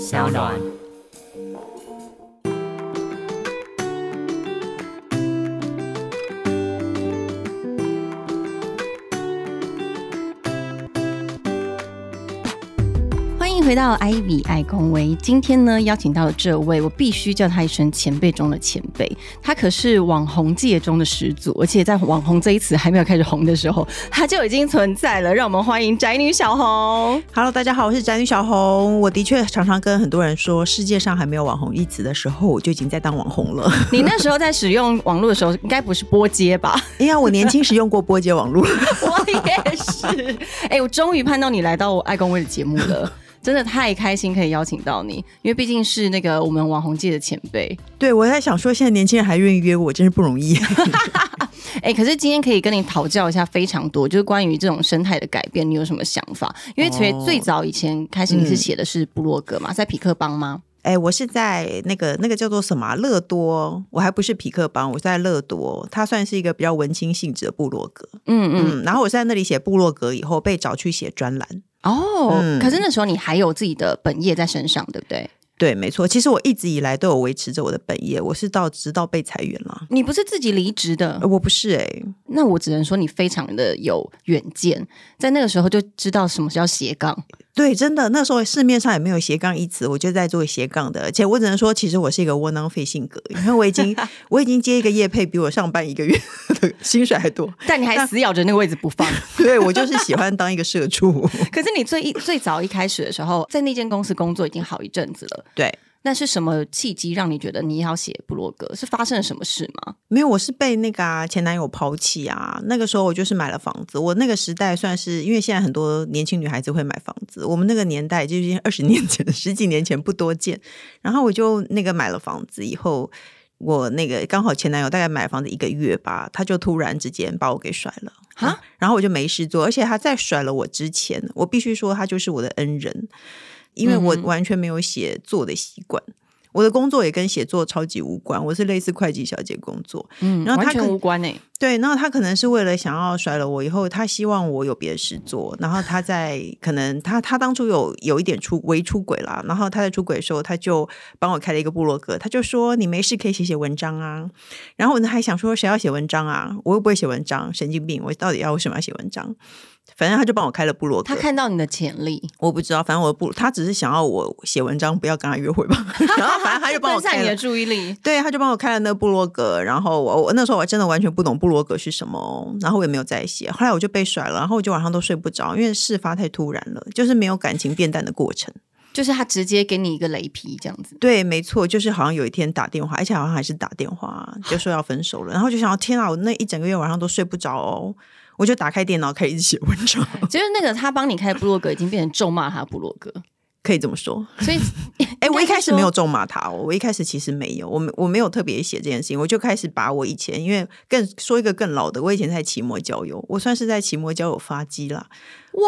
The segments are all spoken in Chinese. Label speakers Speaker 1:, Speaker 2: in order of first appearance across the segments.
Speaker 1: 小暖。
Speaker 2: 欢迎回到艾比爱公威。今天呢，邀请到了这位，我必须叫他一声前辈中的前辈。他可是网红界中的始祖，而且在网红这一词还没有开始红的时候，他就已经存在了。让我们欢迎宅女小 红。
Speaker 3: Hello，大家好，我是宅女小红。我的确常常跟很多人说，世界上还没有网红一词的时候，我就已经在当网红了。
Speaker 2: 你那时候在使用网络的时候，应该不是波接吧？
Speaker 3: 因为我年轻时用过波接网络，
Speaker 2: 我也是。哎、我终于盼到你来到我爱公威的节目了。真的太开心可以邀请到你，因为毕竟是那个我们网红界的前辈。
Speaker 3: 对我在想说，现在年轻人还愿意约我，真是不容易。
Speaker 2: 哎、可是今天可以跟你讨教一下非常多，就是关于这种生态的改变，你有什么想法？因为其实
Speaker 3: 哦嗯
Speaker 2: 最早以前开始你是写的是部落格嘛，在匹克邦吗？
Speaker 3: 哎，我是在那个那个叫做什么啊乐多，我还不是匹克邦，我是在乐多，它算是一个比较文青性质的部落格。
Speaker 2: 嗯嗯，
Speaker 3: 嗯，然后我是在那里写部落格以后被找去写专栏。
Speaker 2: 哦，
Speaker 3: 嗯
Speaker 2: 可是那时候你还有自己的本业在身上，对不对？
Speaker 3: 对，没错，其实我一直以来都有维持着我的本业，我是到直到被裁员了。
Speaker 2: 你不是自己离职的
Speaker 3: 呃，我不是哎、
Speaker 2: 那我只能说你非常的有远见，在那个时候就知道什么叫斜杠。
Speaker 3: 对，真的，那时候市面上也没有斜杠一词，我就在做斜杠的。而且我只能说，其实我是一个窝囊废性格，因为我已经我已经接一个业配比我上班一个月的薪水还多，
Speaker 2: 但你还死咬着那个位置不放。
Speaker 3: 对我就是喜欢当一个社畜。
Speaker 2: 可是你最一最早一开始的时候，在那间公司工作已经好一阵子了，
Speaker 3: 对，
Speaker 2: 那是什么契机让你觉得你要写部落格？是发生了什么事吗？
Speaker 3: 没有，我是被那个啊前男友抛弃啊。那个时候我就是买了房子，我那个时代算是因为现在很多年轻女孩子会买房子，我们那个年代就是二十年前、十几年前不多见。然后我就那个买了房子以后，我那个刚好前男友大概买房子一个月吧，他就突然之间把我给甩了
Speaker 2: 啊，
Speaker 3: 然后我就没事做，而且他在甩了我之前，我必须说他就是我的恩人，因为我
Speaker 2: 嗯哼
Speaker 3: 完全没有写作的习惯。我的工作也跟写作超级无关，我是类似会计小姐工作，
Speaker 2: 嗯，
Speaker 3: 然后
Speaker 2: 完
Speaker 3: 他
Speaker 2: 全
Speaker 3: 可
Speaker 2: 无关诶、
Speaker 3: 对，那他可能是为了想要甩了我以后，他希望我有别的事做，然后他在可能他他当初有有一点出微出轨啦，然后他在出轨的时候，他就帮我开了一个部落格，他就说你没事可以写写文章啊，然后我呢还想说谁要写文章啊，我又不会写文章，神经病，我到底要为什么要写文章？反正他就帮我开了部落格，
Speaker 2: 他看到你的潜力，
Speaker 3: 我不知道，反正我不，他只是想要我写文章，不要跟他约会吧。 然后反正他就帮 我
Speaker 2: 分
Speaker 3: 开
Speaker 2: 散你
Speaker 3: 了
Speaker 2: 的注意力。
Speaker 3: 对，他就帮我开了那个部落格，然后我我那时候我真的完全不懂部落格是什么哦，然后我也没有再写。后来我就被甩了，然后我就晚上都睡不着，因为事发太突然了，就是没有感情变淡的过程。
Speaker 2: 就是他直接给你一个雷劈这样子，
Speaker 3: 对，没错，就是好像有一天打电话，而且好像还是打电话，就说要分手了，然后就想到天啊，我那一整个月晚上都睡不着哦，我就打开电脑开始一直写文章，
Speaker 2: 就是那个他帮你开的部落格已经变成咒骂他的部落格，
Speaker 3: 可以这么说。
Speaker 2: 所以
Speaker 3: 哎、我一开始没有
Speaker 2: 应
Speaker 3: 咒骂他哦，我一开始其实没有，我没我没有特别写这件事情，我就开始把我以前，因为更说一个更老的，我以前在期末交友，我算是在期末交友发迹啦。
Speaker 2: 该说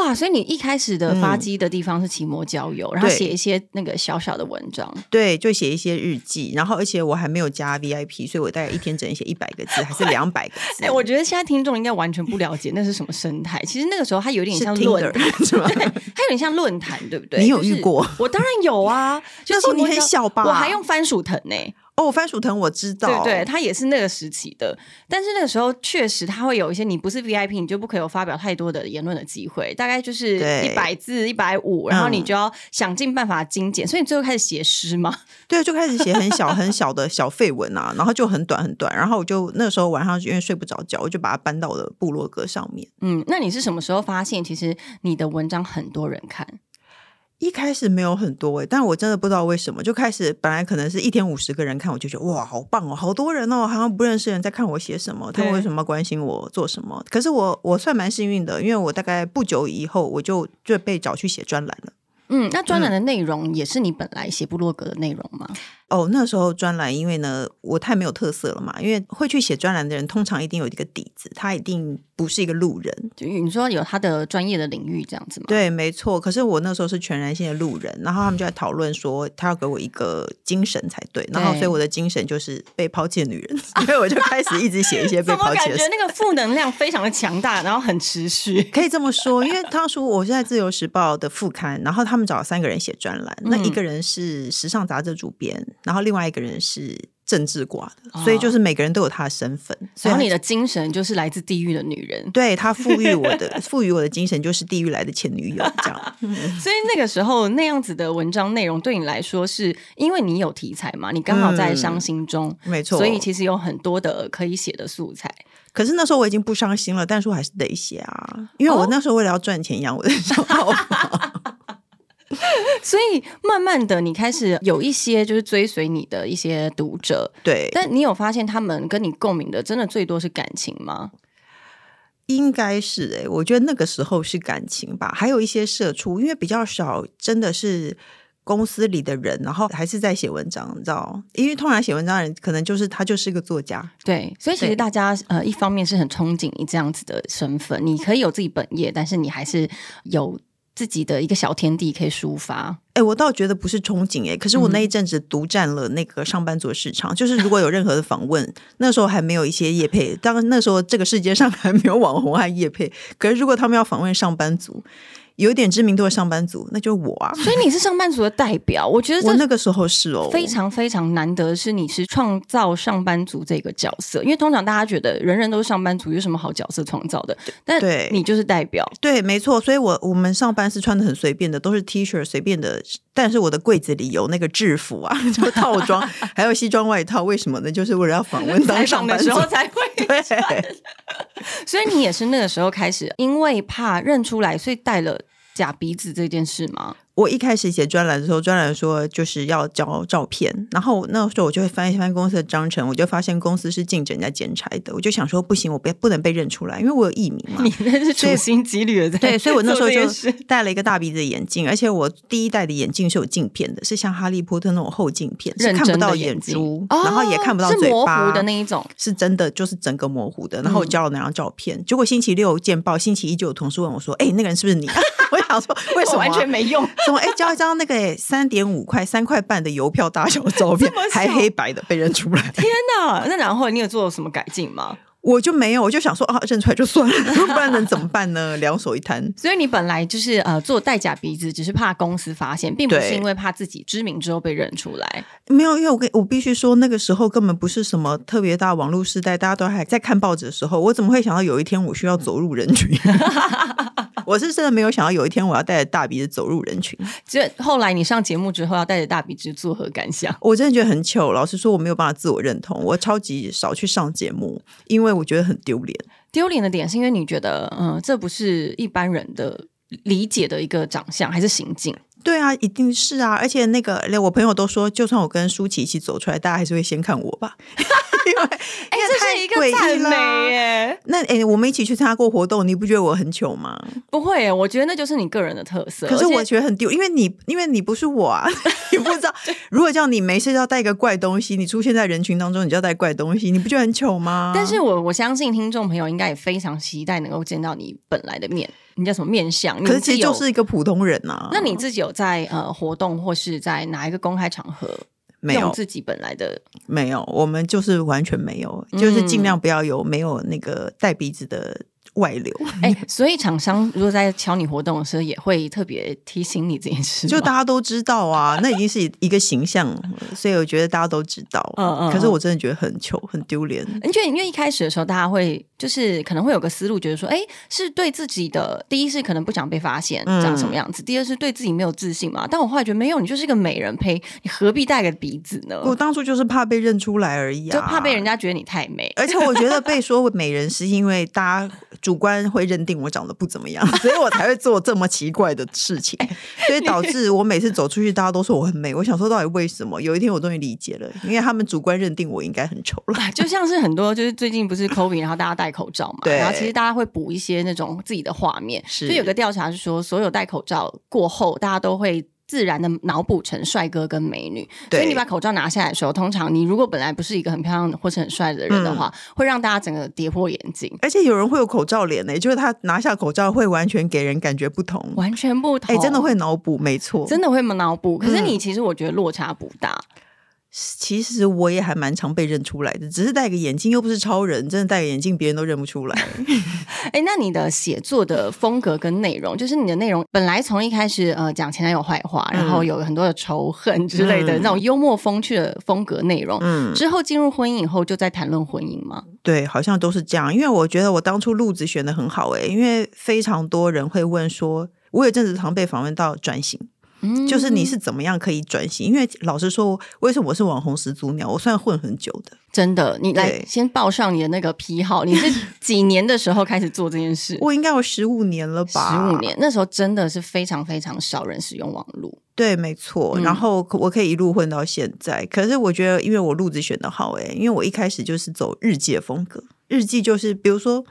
Speaker 2: 哇，所以你一开始的发迹的地方是奇摩交友，然后
Speaker 3: 对
Speaker 2: 写一些那个小小的文章，
Speaker 3: 对，就写一些日记，然后而且我还没有加 VIP，所以我大概一天只能写一百个字，还是两百个 字。
Speaker 2: 哎、我觉得现在听众应该完全不了解那是什么生态。其实那个时候它有点
Speaker 3: 是
Speaker 2: 像
Speaker 3: t
Speaker 2: 论
Speaker 3: i
Speaker 2: 坛，
Speaker 3: 是吗？
Speaker 2: 它有点像论坛，对不对？
Speaker 3: 你有
Speaker 2: 就是
Speaker 3: 遇过？
Speaker 2: 我当然有 啊，就
Speaker 3: 那时候你
Speaker 2: 奇摩
Speaker 3: 很
Speaker 2: 交
Speaker 3: 小吧
Speaker 2: 我还用番薯藤欸呢、
Speaker 3: 哦，番薯藤我知道，
Speaker 2: 对对，它也是那个时期的。但是那个时候确实它会有一些，你不是 VIP，你就不可以有发表太多的言论的机会，大概就是
Speaker 3: 对
Speaker 2: 一百字、一百五，然后
Speaker 3: 嗯
Speaker 2: 你就要想尽办法精简。所以你最后开始写诗吗？
Speaker 3: 对，就开始写很小很小的小废文啊，然后就很短很短，然后我就那时候晚上因为睡不着觉，我就把它搬到我的部落格上面。
Speaker 2: 嗯，那你是什么时候发现其实你的文章很多人看？
Speaker 3: 一开始没有很多诶、但我真的不知道为什么，就开始本来可能是一天五十个人看，我就觉得哇，好棒哦，好多人哦，好像不认识的人在看我写什么，他们
Speaker 2: 对
Speaker 3: 为什么要关心我做什么？可是我我算蛮幸运的，因为我大概不久以后我就就被找去写专栏了。
Speaker 2: 嗯，那专栏的内容也是你本来写部落格的内容吗？
Speaker 3: 哦，那时候专栏，因为呢，我太没有特色了嘛。因为会去写专栏的人，通常一定有一个底子，他一定不是一个路人。
Speaker 2: 就你说有他的专业的领域这样子吗？，
Speaker 3: 对，没错。可是我那时候是全然性的路人，然后他们就在讨论说，他要给我一个精神才对。然后，所以我的精神就是被抛弃的女人， 所以我就开始一直写一些被
Speaker 2: 怎么
Speaker 3: 抛弃
Speaker 2: 感
Speaker 3: 的
Speaker 2: 觉
Speaker 3: 事。
Speaker 2: 那个负能量非常的强大，然后很持 续？
Speaker 3: 可以这么说，因为当初我是在《自由时报》的副刊，然后他们找了三个人写专栏，那
Speaker 2: 嗯
Speaker 3: 一个人是时尚杂志主编，然后另外一个人是政治挂的，
Speaker 2: 哦
Speaker 3: 所以就是每个人都有他的身份。
Speaker 2: 然
Speaker 3: 所以
Speaker 2: 后
Speaker 3: 他
Speaker 2: 你的精神就是来自地狱的女人，
Speaker 3: 对他赋予我的赋予我的精神就是地狱来的前女友这样。
Speaker 2: 所以那个时候那样子的文章内容对你来说，是因为你有题材嘛？你刚好在伤心中，
Speaker 3: 嗯没错，
Speaker 2: 所以其实有很多的可以写的素材。
Speaker 3: 可是那时候我已经不伤心了，但是我还是得写啊，因为
Speaker 2: 哦
Speaker 3: 我那时候为了要赚钱养我的小 宝宝，
Speaker 2: 所以慢慢的，你开始有一些就是追随你的一些读者，
Speaker 3: 对，
Speaker 2: 但你有发现他们跟你共鸣的真的最多是感情吗？
Speaker 3: 应该是诶、我觉得那个时候是感情吧，还有一些社畜，因为比较少，真的是。公司里的人，然后还是在写文章，你知道？因为通常写文章的人，可能就是他就是个作家，
Speaker 2: 对，所以其实
Speaker 3: 对
Speaker 2: 大家呃，一方面是很憧憬你这样子的身份，你可以有自己本业，但是你还是有自己的一个小天地可以抒发。
Speaker 3: 哎，我倒觉得不是憧憬哎，可是我那一
Speaker 2: 嗯
Speaker 3: 阵子独占了那个上班族的市场，就是如果有任何的访问，那时候还没有一些业配，当然那时候这个世界上 还没有网红和业配，可是如果他们要访问上班族，有一点知名度的上班族，那就是我啊，
Speaker 2: 所以你是上班族的代表，我觉得
Speaker 3: 我
Speaker 2: 这
Speaker 3: 那个时候是哦，
Speaker 2: 非常非常难得，是你是创造上班族这个角色，因为通常大家觉得人人都是上班族，有什么好角色创造的？但
Speaker 3: 对
Speaker 2: 你就是代表，
Speaker 3: 对，没错，所以我我们上班是穿的很随便的，都是 T 恤随便的，但是我的柜子里有那个制服啊，就套装， 还有西装外套，为什么呢？就是为了要访问当
Speaker 2: 采访
Speaker 3: 上
Speaker 2: 的
Speaker 3: 班族
Speaker 2: 时。候才会。
Speaker 3: 对，
Speaker 2: 所以你也是那个时候开始，因为怕认出来，所以戴了假鼻子这件事 吗？
Speaker 3: 我一开始写专栏的时候，专栏说就是要交照片，然后那时候我就会翻一翻公司的章程，我就发现公司是禁止人家剪裁的，我就想说不行，我不不能被认出来，因为我有艺名 嘛
Speaker 2: 你。那是处心积虑的在
Speaker 3: 对，所以我那时
Speaker 2: 做
Speaker 3: 候
Speaker 2: 这件
Speaker 3: 就
Speaker 2: 事
Speaker 3: 戴了一个大鼻子的眼镜，而且我第一戴的眼镜是有镜片的，是像哈利波特那种厚镜片，是
Speaker 2: 认
Speaker 3: 看不
Speaker 2: 真
Speaker 3: 到
Speaker 2: 的
Speaker 3: 眼珠
Speaker 2: 睛，哦
Speaker 3: 然后也看不到
Speaker 2: 是
Speaker 3: 嘴
Speaker 2: 模
Speaker 3: 巴
Speaker 2: 糊的那一嗯种。
Speaker 3: 是真的，就是整个模糊的。然后我交了那张照片，结果星期六见报，星期一就有同事问我说：“哎、那个人是不是你？” 我想说 为 什么啊、
Speaker 2: 我完全没用，
Speaker 3: 什么？哎、交一张那个三点五块、三块半的邮票大小的照片
Speaker 2: 这么，小
Speaker 3: 还黑白的被认出来，
Speaker 2: 天哪！那然后你有做什么改进吗？
Speaker 3: 我就没有，我就想说啊，认出来就算了， 不然能怎么办呢？两手一摊。
Speaker 2: 所以你本来就是呃做戴假鼻子，只是怕公司发现，并不是
Speaker 3: 对
Speaker 2: 因为怕自己知名之后被认出来。
Speaker 3: 没有，因为我跟我必须说，那个时候根本不是什么特别大网络时代，大家都还在看报纸的时候，我怎么会想到有一天我需要走入人群？ 我是真的没有想到有一天我要带着大鼻子走入人群，
Speaker 2: 这后来你上节目之后要戴着大鼻子作何感想？
Speaker 3: 我真的觉得很糗。老实说，我没有办法自我认同，我超级少去上节目，因为我觉得很丢脸。
Speaker 2: 丢脸的点是因为你觉得，嗯、这不是一般人的理解的一个长相还是行径。
Speaker 3: 对啊，一定是啊，而且那个连我朋友都说，就算我跟舒淇一起走出来，大家还是会先看我吧，因为
Speaker 2: 哎、
Speaker 3: 因为
Speaker 2: 这是一个
Speaker 3: 太
Speaker 2: 赞
Speaker 3: 诡异啦
Speaker 2: 美耶！
Speaker 3: 那诶、我们一起去参加过活动，你不觉得我很糗吗？
Speaker 2: 不会耶，我觉得那就是你个人的特色。
Speaker 3: 可是
Speaker 2: 而且
Speaker 3: 我觉得很丢，因为你因为你不是我啊， 你不 知道。如果叫你没事要带一个怪东西，你出现在人群当中，你就要带怪东西，你不觉得很糗吗？
Speaker 2: 但是我我相信听众朋友应该也非常期待能够见到你本来的面，你叫什么面相？
Speaker 3: 可是
Speaker 2: 你自
Speaker 3: 其
Speaker 2: 己
Speaker 3: 实就
Speaker 2: 有
Speaker 3: 是一个普通人啊。
Speaker 2: 那你自己有在呃活动或是在哪一个公开场合
Speaker 3: 没
Speaker 2: 用
Speaker 3: 有
Speaker 2: 自己本来的？
Speaker 3: 没有，我们就是完全没有，就是尽
Speaker 2: 嗯
Speaker 3: 量不要有没有那个带鼻子的外流。
Speaker 2: 哎、所以厂商如果在敲你活动的时候，也会特别提醒你这件事吗。
Speaker 3: 就大家都知道啊，那已经是一个形象，所以我觉得大家都知道。
Speaker 2: 嗯嗯
Speaker 3: 可是
Speaker 2: 嗯
Speaker 3: 我真的觉得很糗，很丢脸。
Speaker 2: 你觉得，因为一开始的时候，大家会就是可能会有个思路，觉得说，哎，是对自己的第一是可能不想被发现
Speaker 3: 嗯
Speaker 2: 长什么样子，第二是对自己没有自信嘛。但我后来觉得没有，你就是一个美人胚，你何必戴个鼻子呢？
Speaker 3: 我当初就是怕被认出来而已啊，
Speaker 2: 就怕被人。家觉得你太美。
Speaker 3: 而且我觉得被说美人是因为大家主观会认定我长得不怎么样，所以我才会做这么奇怪的事情，
Speaker 2: 哎
Speaker 3: 所以导致我每次走出去，大家都说我很美。我想说到底为什么？有一天我终于理解了，因为他们主观认定我应该很丑了。
Speaker 2: 就像是很多，就是最近不是 COVID，然后大家戴口罩嘛，
Speaker 3: 对
Speaker 2: 然后其实大家会补一些那种自己的画面。
Speaker 3: 是
Speaker 2: 就有个调查是说，所有戴口罩过后，大家都会自然的脑补成帅哥跟美女。所
Speaker 3: 对
Speaker 2: 以你把口罩拿下来的时候，通常你如果本来不是一个很漂亮或是很帅的人的话，
Speaker 3: 嗯
Speaker 2: 会让大家整个跌破眼镜，
Speaker 3: 而且有人会有口罩脸呢、就是他拿下口罩会完全给人感觉不同。
Speaker 2: 完全不
Speaker 3: 哎、
Speaker 2: 同。
Speaker 3: 真的会脑补，没错。
Speaker 2: 真的会脑补，可是
Speaker 3: 嗯
Speaker 2: 你其实我觉得落差不大，
Speaker 3: 其实我也还蛮常被认出来的，只是戴个眼镜又不是超人，真的戴个眼镜别人都认不 出来。
Speaker 2: 哎，那你的写作的风格跟内容，就是你的内容本来从一开始呃讲前男友坏话，然后有很多的仇恨之类的、
Speaker 3: 嗯
Speaker 2: 那种幽默风趣的风格内容，
Speaker 3: 嗯，
Speaker 2: 之后进入婚姻以后就在谈论婚姻吗？
Speaker 3: 对，好像都是这样。因为我觉得我当初路子选的很好诶、因为非常多人会问说，我有阵子常被访问到转型，
Speaker 2: 嗯，
Speaker 3: 就是你是怎么样可以转型？因为老实说，为什么我是网红始祖鸟？我算混很久的，
Speaker 2: 真的，你来
Speaker 3: 对
Speaker 2: 先报上你的那个批号，你是几年的时候开始做这件事？
Speaker 3: 我应该有十五年了
Speaker 2: 十
Speaker 3: 吧？
Speaker 2: 五年，那时候真的是非常非常少人使用网络。
Speaker 3: 对，没错。
Speaker 2: 嗯
Speaker 3: 然后可我可以一路混到现在，可是我觉得，因为我路子选的好、欸，因为我一开始就是走日记的风格。日记就是，比如说，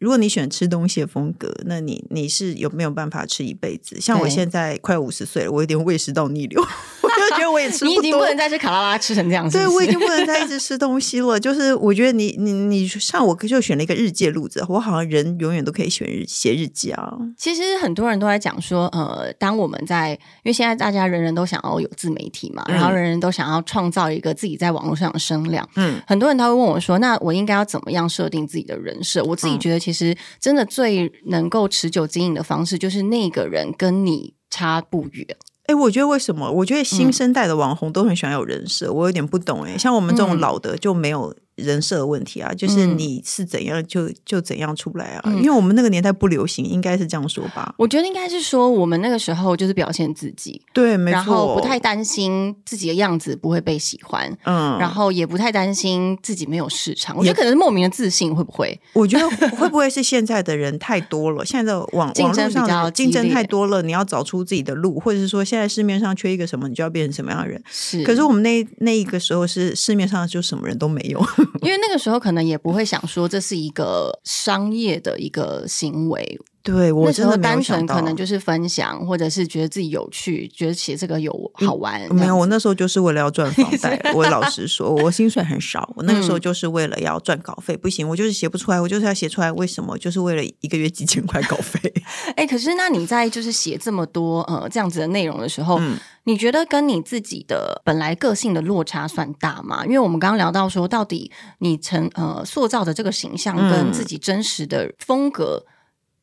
Speaker 3: 如果你选吃东西的风格，那你你是有没有办法吃一辈子？像我
Speaker 2: 对
Speaker 3: 现在快五十岁了，我有点胃食道逆流，我就觉得我也吃
Speaker 2: 你已
Speaker 3: 不
Speaker 2: 经不
Speaker 3: 多。
Speaker 2: 能再吃卡拉拉吃成这样是不
Speaker 3: 对，
Speaker 2: 是，
Speaker 3: 我已经不能再一直吃东西了。就是我觉得你你你像我就选了一个日记的路子，我好像人永远都可以选日写日记啊。
Speaker 2: 其实很多人都在讲说，呃，当我们在因为现在大家人人都想要有自媒体嘛，
Speaker 3: 嗯
Speaker 2: 然后人人都想要创造一个自己在网络上的声量，
Speaker 3: 嗯，
Speaker 2: 很多人他会问我说，那我应该要怎么样设定自己的人设？我
Speaker 3: 嗯
Speaker 2: 自己觉得，其实真的最能够持久经营的方式，就是那个人跟你差不远。
Speaker 3: 哎、我觉得为什么？我觉得新生代的网红都很喜欢有人设，我有点不懂哎、像我们这种
Speaker 2: 嗯
Speaker 3: 老的就没有人设的问题啊，就是
Speaker 2: 嗯
Speaker 3: 你是怎样就就怎样出来啊、
Speaker 2: 嗯
Speaker 3: 因为我们那个年代不流行，应该是这样说吧？
Speaker 2: 我觉得应该是说，我们那个时候就是表现自己，
Speaker 3: 对，没错。
Speaker 2: 然后不太担心自己的样子不会被喜欢。
Speaker 3: 嗯，
Speaker 2: 然后也不太担心自己没有市场，我觉
Speaker 3: 也
Speaker 2: 得可能是莫名的自信，会不会？
Speaker 3: 我觉得会不会是现在的人太多了？现在的网
Speaker 2: 竞
Speaker 3: 网
Speaker 2: 争
Speaker 3: 络
Speaker 2: 比较
Speaker 3: 上的
Speaker 2: 激
Speaker 3: 竞争
Speaker 2: 烈
Speaker 3: 太多了，你要找出自己的路，或者是说现在市面上缺一个什么，你就要变成什么样的人。
Speaker 2: 是，
Speaker 3: 可是我们那那一个时候是市面上就什么人都没有，
Speaker 2: 因为那个时候可能也不会想说这是一个商业的一个行为，
Speaker 3: 对我
Speaker 2: 那时
Speaker 3: 真
Speaker 2: 候
Speaker 3: 的没有
Speaker 2: 单
Speaker 3: 想
Speaker 2: 纯
Speaker 3: 到，
Speaker 2: 可能就是分享，或者是觉得自己有趣，觉得写这个有好玩。这样
Speaker 3: 嗯没有，我那时候就是为了要赚 房贷。我老实说，我薪水很少，我那个
Speaker 2: 嗯
Speaker 3: 时候就是为了要赚稿费。不行，我就是写不出来，我就是要写出来。为什么？就是为了一个月几千块稿费。
Speaker 2: 哎、可是那你在就是写这么多呃这样子的内容的时候，
Speaker 3: 嗯
Speaker 2: 你觉得跟你自己的本来个性的落差算大吗？因为我们刚刚聊到说，到底你成呃塑造的这个形象
Speaker 3: 嗯
Speaker 2: 跟自己真实的风格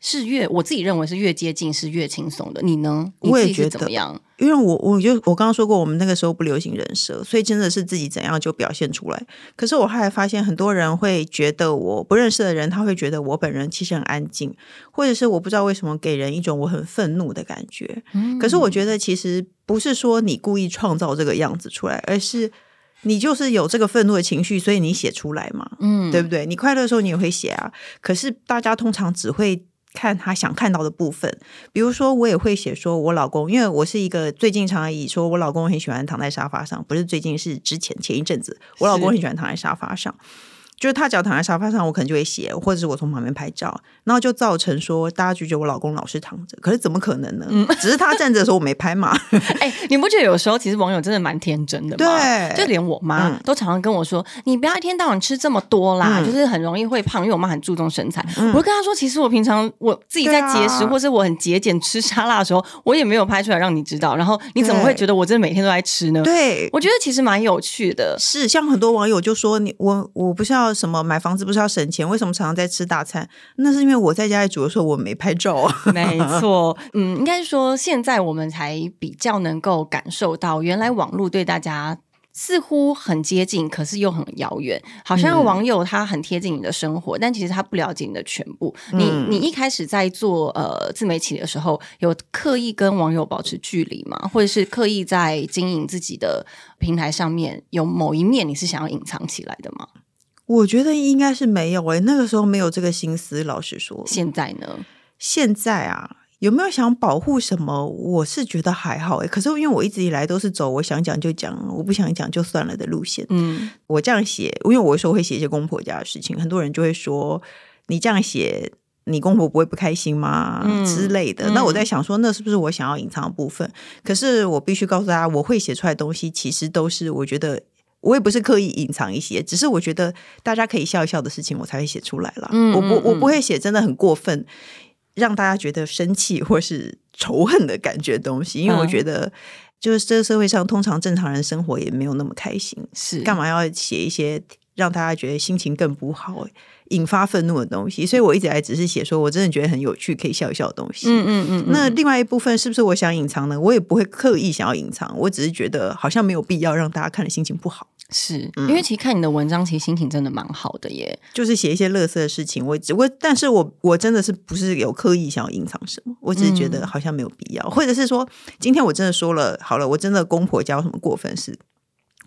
Speaker 2: 是越，我自己认为是越接近是越轻松的。你呢？你
Speaker 3: 我也
Speaker 2: 自己是
Speaker 3: 觉
Speaker 2: 怎么
Speaker 3: 得
Speaker 2: 样？
Speaker 3: 因为我我就我刚刚说过，我们那个时候不流行人设，所以真的是自己怎样就表现出来。可是我后来发现，很多人会觉得我不认识的人，他会觉得我本人其实很安静，或者是我不知道为什么给人一种我很愤怒的感觉。
Speaker 2: 嗯
Speaker 3: 可是我觉得其实不是说你故意创造这个样子出来，而是你就是有这个愤怒的情绪，所以你写出来嘛，
Speaker 2: 嗯
Speaker 3: 对不对？你快乐的时候你也会写啊，可是大家通常只会。看他想看到的部分，比如说我也会写说，我老公，因为我是一个最近常以说我老公很喜欢躺在沙发上，不是最近是之前前一阵子，我老
Speaker 2: 是
Speaker 3: 公很喜欢躺在沙发上，就是他只要躺在沙发上，我可能就会写，或者是我从旁边拍照，然后就造成说大家就觉得我老公老是躺着，可是怎么可能呢？
Speaker 2: 嗯
Speaker 3: 只是他站着的时候我没 拍嘛。
Speaker 2: 哎、你不觉得有时候其实网友真的蛮天真的吗？
Speaker 3: 对
Speaker 2: 就连我妈
Speaker 3: 嗯
Speaker 2: 都常常跟我说：“你不要一天到晚吃这么多啦，
Speaker 3: 嗯
Speaker 2: 就是很容易会胖。”因为我妈很注重身材，我就跟她说：“其实我平常我自己在节食，
Speaker 3: 对啊
Speaker 2: 或是我很节俭吃沙拉的时候，我也没有拍出来让你知道。然后你怎么会
Speaker 3: 对
Speaker 2: 觉得我真的每天都在吃呢？”
Speaker 3: 对，
Speaker 2: 我觉得其实蛮有趣的。
Speaker 3: 是像很多网友就说你我我不是要什么买房子不是要省钱，为什么常常在吃大餐？那是因为我在家里煮的时候我没拍照啊。
Speaker 2: 没错，嗯，应该是说现在我们才比较能够感受到，原来网络对大家。似乎很接近，可是又很遥远。好像
Speaker 3: 嗯
Speaker 2: 网友他很贴近你的生活，但其实他不了解你的全部。你
Speaker 3: 嗯
Speaker 2: 你一开始在做呃自媒体的时候，有刻意跟网友保持距离吗？或者是刻意在经营自己的平台上面，有某一面你是想要隐藏起来的吗？
Speaker 3: 我觉得应该是没有诶、欸那个时候没有这个心思。老实说，
Speaker 2: 现在呢？
Speaker 3: 现在啊，有没有想保护什么？我是觉得还好诶、欸可是因为我一直以来都是走我想讲就讲，我不想讲就算了的路线。
Speaker 2: 嗯，
Speaker 3: 我这样写，因为我有时候会写一些公婆家的事情，很多人就会说你这样写你公婆不会不开心吗、
Speaker 2: 嗯
Speaker 3: 之类的。
Speaker 2: 嗯
Speaker 3: 那我在想说，那是不是我想要隐藏的部分？可是我必须告诉大家，我会写出来的东西其实都是我觉得。我也不是刻意隐藏一些，只是我觉得大家可以笑一笑的事情，我才会写出来啦。
Speaker 2: 嗯
Speaker 3: 我不，我
Speaker 2: 嗯嗯
Speaker 3: 不会写真的很过分，让大家觉得生气或是仇恨的感觉的东西，因为我
Speaker 2: 嗯
Speaker 3: 觉得，就是这个社会上通常正常人生活也没有那么开心，
Speaker 2: 是
Speaker 3: 干
Speaker 2: 嘛？
Speaker 3: 嘛要写一些让大家觉得心情更不好、引发愤怒的东西？所以我一直来只是写说我真的觉得很有趣，可以笑一笑的东西。
Speaker 2: 嗯嗯嗯，
Speaker 3: 那
Speaker 2: 嗯
Speaker 3: 另外一部分是不是我想隐藏呢？我也不会刻意想要隐藏，我只是觉得好像没有必要让大家看了心情不好。
Speaker 2: 是
Speaker 3: 嗯
Speaker 2: 因为其实看你的文章，其实心情真的蛮好的耶。
Speaker 3: 就是写一些乐色的事情，我只我，但是我我真的是不是有刻意想要隐藏什么，我只是觉得好像没有必要，或者是说今天我真的说了好了，我真的公婆家有什么过分事，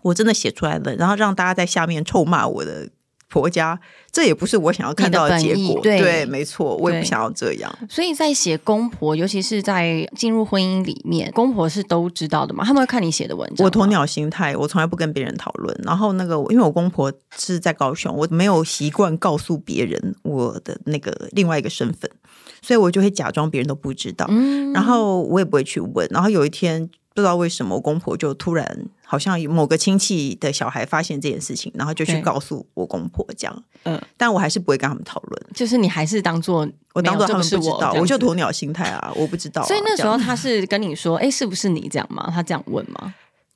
Speaker 3: 我真的写出来了，然后让大家在下面臭骂我的婆家，这也不是我想要看到的
Speaker 2: 你
Speaker 3: 结
Speaker 2: 的本意
Speaker 3: 果，
Speaker 2: 对
Speaker 3: 没错，我也不
Speaker 2: 对
Speaker 3: 想要这样，
Speaker 2: 所以在写公婆，尤其是在进入婚姻里面，公婆是都知道的嘛？他们会看你写的文章吗。
Speaker 3: 我鸵鸟心态，我从来不跟别人讨论。然后那个，因为我公婆是在高雄，我没有习惯告诉别人我的那个另外一个身份，所以我就会假装别人都不知道。
Speaker 2: 嗯，
Speaker 3: 然后我也不会去问。然后有一天，不知道为什么，我公婆就突然好像有某个亲戚的小孩发现这件事情，然后就去
Speaker 2: 对
Speaker 3: 告诉我公婆这样。
Speaker 2: 嗯
Speaker 3: 但我还是不会跟他们讨论，
Speaker 2: 就是你还是当做
Speaker 3: 我当做他们不
Speaker 2: 是
Speaker 3: 知
Speaker 2: 我
Speaker 3: 道，
Speaker 2: 这样
Speaker 3: 我就
Speaker 2: 子
Speaker 3: 鸵鸟心态啊，我不知道啊、
Speaker 2: 所以那
Speaker 3: 这
Speaker 2: 时候
Speaker 3: 样
Speaker 2: 他是跟你说，哎、是不是你这样吗？他这样问吗？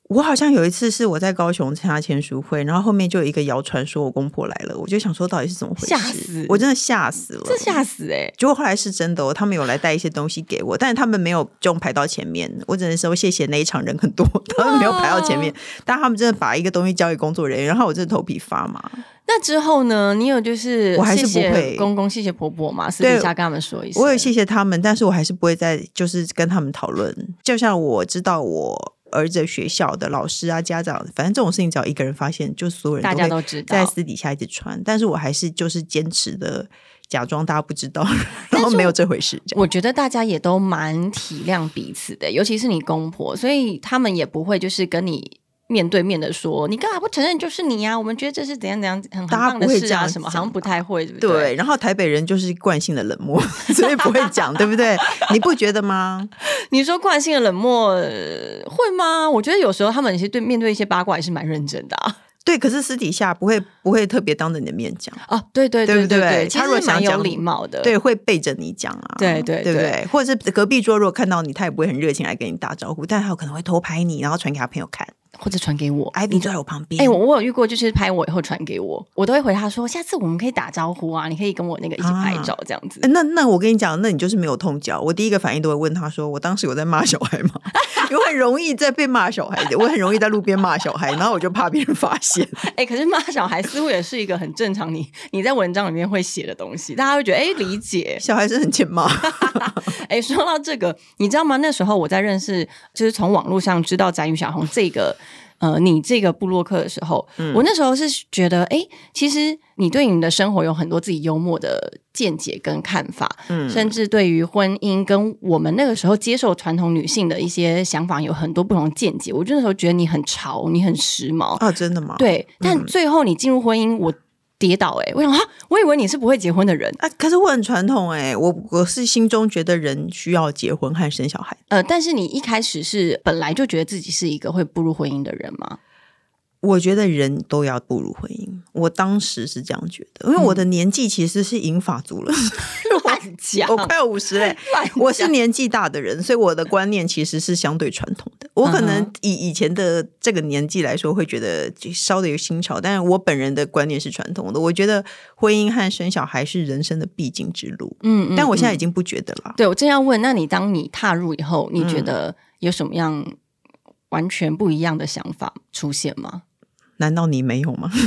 Speaker 3: 我好像有一次是我在高雄参加签书会，然后后面就有一个谣传说我公婆来了，我就想说到底是怎么回事，
Speaker 2: 吓死
Speaker 3: 我真的吓死了，
Speaker 2: 这吓死哎、
Speaker 3: 结果后来是真的哦，他们有来带一些东西给我，但是他们没有就排到前面。我只能说谢谢那一场人很多， 他们没有排到前面，但他们真的把一个东西交给工作人员，然后我真的头皮发麻。
Speaker 2: 那之后呢？你有就是
Speaker 3: 我还是
Speaker 2: 谢谢
Speaker 3: 不会
Speaker 2: 公公谢谢婆婆嘛，私
Speaker 3: 对
Speaker 2: 底下跟他们说一声。
Speaker 3: 我有谢谢他们，但是我还是不会再就是跟他们讨论。就像我知道我儿子的学校的老师啊、家长，反正这种事情只要一个人发现，就所有人
Speaker 2: 大家
Speaker 3: 会
Speaker 2: 都知道
Speaker 3: 在私底下一直传，但是我还是就是坚持的假装大家不知 道，然
Speaker 2: 但是
Speaker 3: 后
Speaker 2: 我
Speaker 3: 没有这回事。这样
Speaker 2: 我觉得大家也都蛮体谅彼此的，尤其是你公婆，所以他们也不会就是跟你面对面的说，你干嘛不承认就是你啊呀、我们觉得这是怎样怎样很很
Speaker 3: 大家
Speaker 2: 棒的
Speaker 3: 不会
Speaker 2: 事
Speaker 3: 这样
Speaker 2: 啊，
Speaker 3: 子
Speaker 2: 什么
Speaker 3: 讲
Speaker 2: 好像不太会，对不
Speaker 3: 对，？然后台北人就是惯性的冷漠， 所以不会讲，对不对？你不觉得吗？
Speaker 2: 你说惯性的冷漠、呃会吗？我觉得有时候他们其实对面对一些八卦也是蛮认真的啊。
Speaker 3: 对，可是私底下不会不会特别当着你的面讲，
Speaker 2: 啊，对对
Speaker 3: 对不
Speaker 2: 对
Speaker 3: 对
Speaker 2: 其
Speaker 3: 他如果
Speaker 2: 实蛮
Speaker 3: 想
Speaker 2: 有
Speaker 3: 讲
Speaker 2: 礼貌的。
Speaker 3: 对，会背着你讲啊，
Speaker 2: 对对
Speaker 3: 对不
Speaker 2: 对
Speaker 3: 对？或者是隔壁桌如果看到你，他也不会很热情来跟你打招呼，但他有可能会偷拍你，然后传给他朋友看。
Speaker 2: 或者传给我。
Speaker 3: 哎，你坐在我旁边，
Speaker 2: 哎、我我有遇过，就是拍我以后传给我，我都会回他说，下次我们可以打招呼啊，你可以跟我那个一起拍照这样子。
Speaker 3: 呃那那我跟你讲，那你就是没有痛脚。我第一个反应都会问他说：“我当时有在骂小孩吗？” 因为我很容易在被骂小孩的，我很容易在路边骂小孩，然后我就怕别人发现。
Speaker 2: 哎、可是骂小孩似乎也是一个很正常你，你在文章里面会写的东西，大家会觉得哎、理解。
Speaker 3: 小孩是很欠骂，
Speaker 2: 哎、说到这个，你知道吗？那时候我在认识，就是从网络上知道展宇小红这个。呃，你这个部落客的时候，我那时候是觉得，哎、其实你对你的生活有很多自己幽默的见解跟看法，
Speaker 3: 嗯
Speaker 2: 甚至对于婚姻跟我们那个时候接受传统女性的一些想法有很多不同的见解。我就那时候觉得你很潮，你很时髦，
Speaker 3: 啊，真的吗？
Speaker 2: 对。
Speaker 3: 嗯
Speaker 2: 但最后你进入婚姻，我跌倒、欸，哎，我想啊，我以为你是不会结婚的人，
Speaker 3: 啊，可是我很传统哎、我我是心中觉得人需要结婚和生小孩。
Speaker 2: 呃，但是你一开始是本来就觉得自己是一个会步入婚姻的人 吗？
Speaker 3: 我觉得人都要步入婚姻，我当时是这样觉得，因为我
Speaker 2: 嗯
Speaker 3: 的年纪其实是银发族了，
Speaker 2: 乱讲，
Speaker 3: 我快要五十嘞，
Speaker 2: 乱讲
Speaker 3: 我是年纪大的人，所以我的观念其实是相对传统的。我可
Speaker 2: 嗯
Speaker 3: 能
Speaker 2: 哼
Speaker 3: 以以前的这个年纪来说，会觉得就稍的有新潮，但是我本人的观念是传统的。我觉得婚姻和生小孩是人生的必经之路，
Speaker 2: 嗯，嗯
Speaker 3: 但我现在已
Speaker 2: 嗯
Speaker 3: 经不觉得了。
Speaker 2: 对我正要问，那你当你踏入以后，你
Speaker 3: 嗯
Speaker 2: 觉得有什么样完全不一样的想法出现吗？
Speaker 3: 难道你没有吗？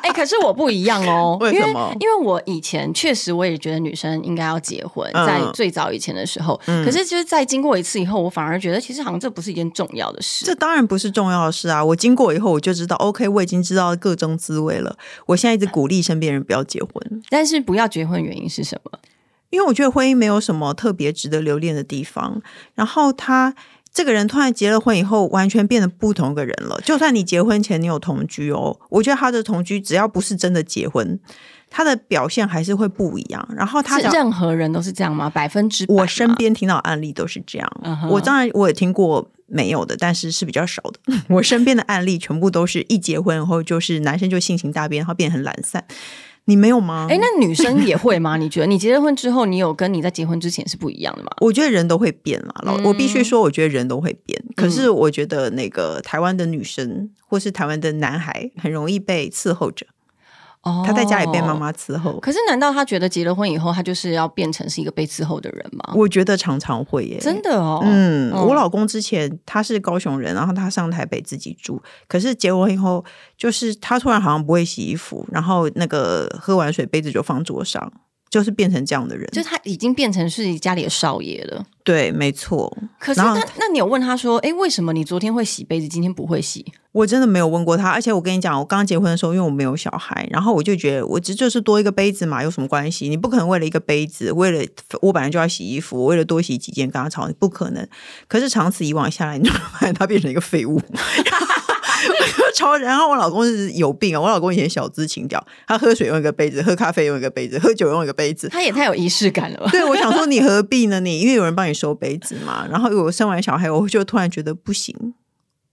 Speaker 2: 哎、可是我不一样哦
Speaker 3: ，为什么
Speaker 2: 因为因为我以前确实我也觉得女生应该要结婚，
Speaker 3: 嗯
Speaker 2: 在最早以前的时候，
Speaker 3: 嗯
Speaker 2: 可是就是在经过一次以后，我反而觉得其实好像这不是一件重要的事。
Speaker 3: 这当然不是重要的事啊！我经过以后，我就知道，OK，我已经知道各种滋味了。我现在一直鼓励身边人不要结婚，
Speaker 2: 但是不要结婚原因是什么？
Speaker 3: 因为我觉得婚姻没有什么特别值得留恋的地方。然后他这个人突然结了婚以后，完全变得不同个人了。就算你结婚前你有同居哦，我觉得他的同居只要不是真的结婚，他的表现还是会不一样。然后他
Speaker 2: 是
Speaker 3: 讲
Speaker 2: 任何人都是这样吗？百分之百吗
Speaker 3: 我身边听到的案例都是这样。
Speaker 2: 嗯哼
Speaker 3: 我当然我也听过没有的，但是是比较少的。 我身边的案例全部都是一结婚后就是男生就性情大变，然后变得很懒散。你没有吗？
Speaker 2: 哎、那女生也会吗？ 你觉得你结了婚之后，你有跟你在结婚之前是不一样的吗？
Speaker 3: 我觉得人都会变啦，老、
Speaker 2: 嗯
Speaker 3: 我必须说，我觉得人都会变。可是我觉得那个台湾的女生或是台湾的男孩很容易被伺候着，
Speaker 2: 哦
Speaker 3: 他在家里被妈。妈伺候。
Speaker 2: 可是，难道他觉得结了婚以后，他就是要变成是一个被伺候的人吗？
Speaker 3: 我觉得常常会耶，
Speaker 2: 真的哦，
Speaker 3: 嗯，
Speaker 2: 嗯
Speaker 3: 我老公之前他是高雄人，然后他上台北自己住，可是结婚以后，就是他突然好像不会洗衣服，然后那个喝完水杯子就放桌上，就是变成这样的人。
Speaker 2: 就是他已经变成是家里的少爷了。
Speaker 3: 对，没错，
Speaker 2: 可是
Speaker 3: 然后
Speaker 2: 那那你有问他说，哎、为什么你昨天会洗杯子，今天不会 洗？
Speaker 3: 我真的没有问过他。而且我跟你讲，我刚结婚的时候，因为我没有小孩，然后我就觉得我这就是多一个杯子嘛，有什么关系？你不可能为了一个杯子，为了我本来就要洗衣服，我为了多洗几件跟他吵，你不可能。可是长此以往下来，你就发现他变成一个废物。 超人，然后我老公是有病啊！我老公以前小资情调，他喝水用一个杯子，喝咖啡用一个杯子，喝酒用一个杯子。
Speaker 2: 他也太有仪式感了吧？
Speaker 3: 对，我想说你何必呢你？因为有人帮你收杯子嘛。然后我生完小孩，我就突然觉得不行，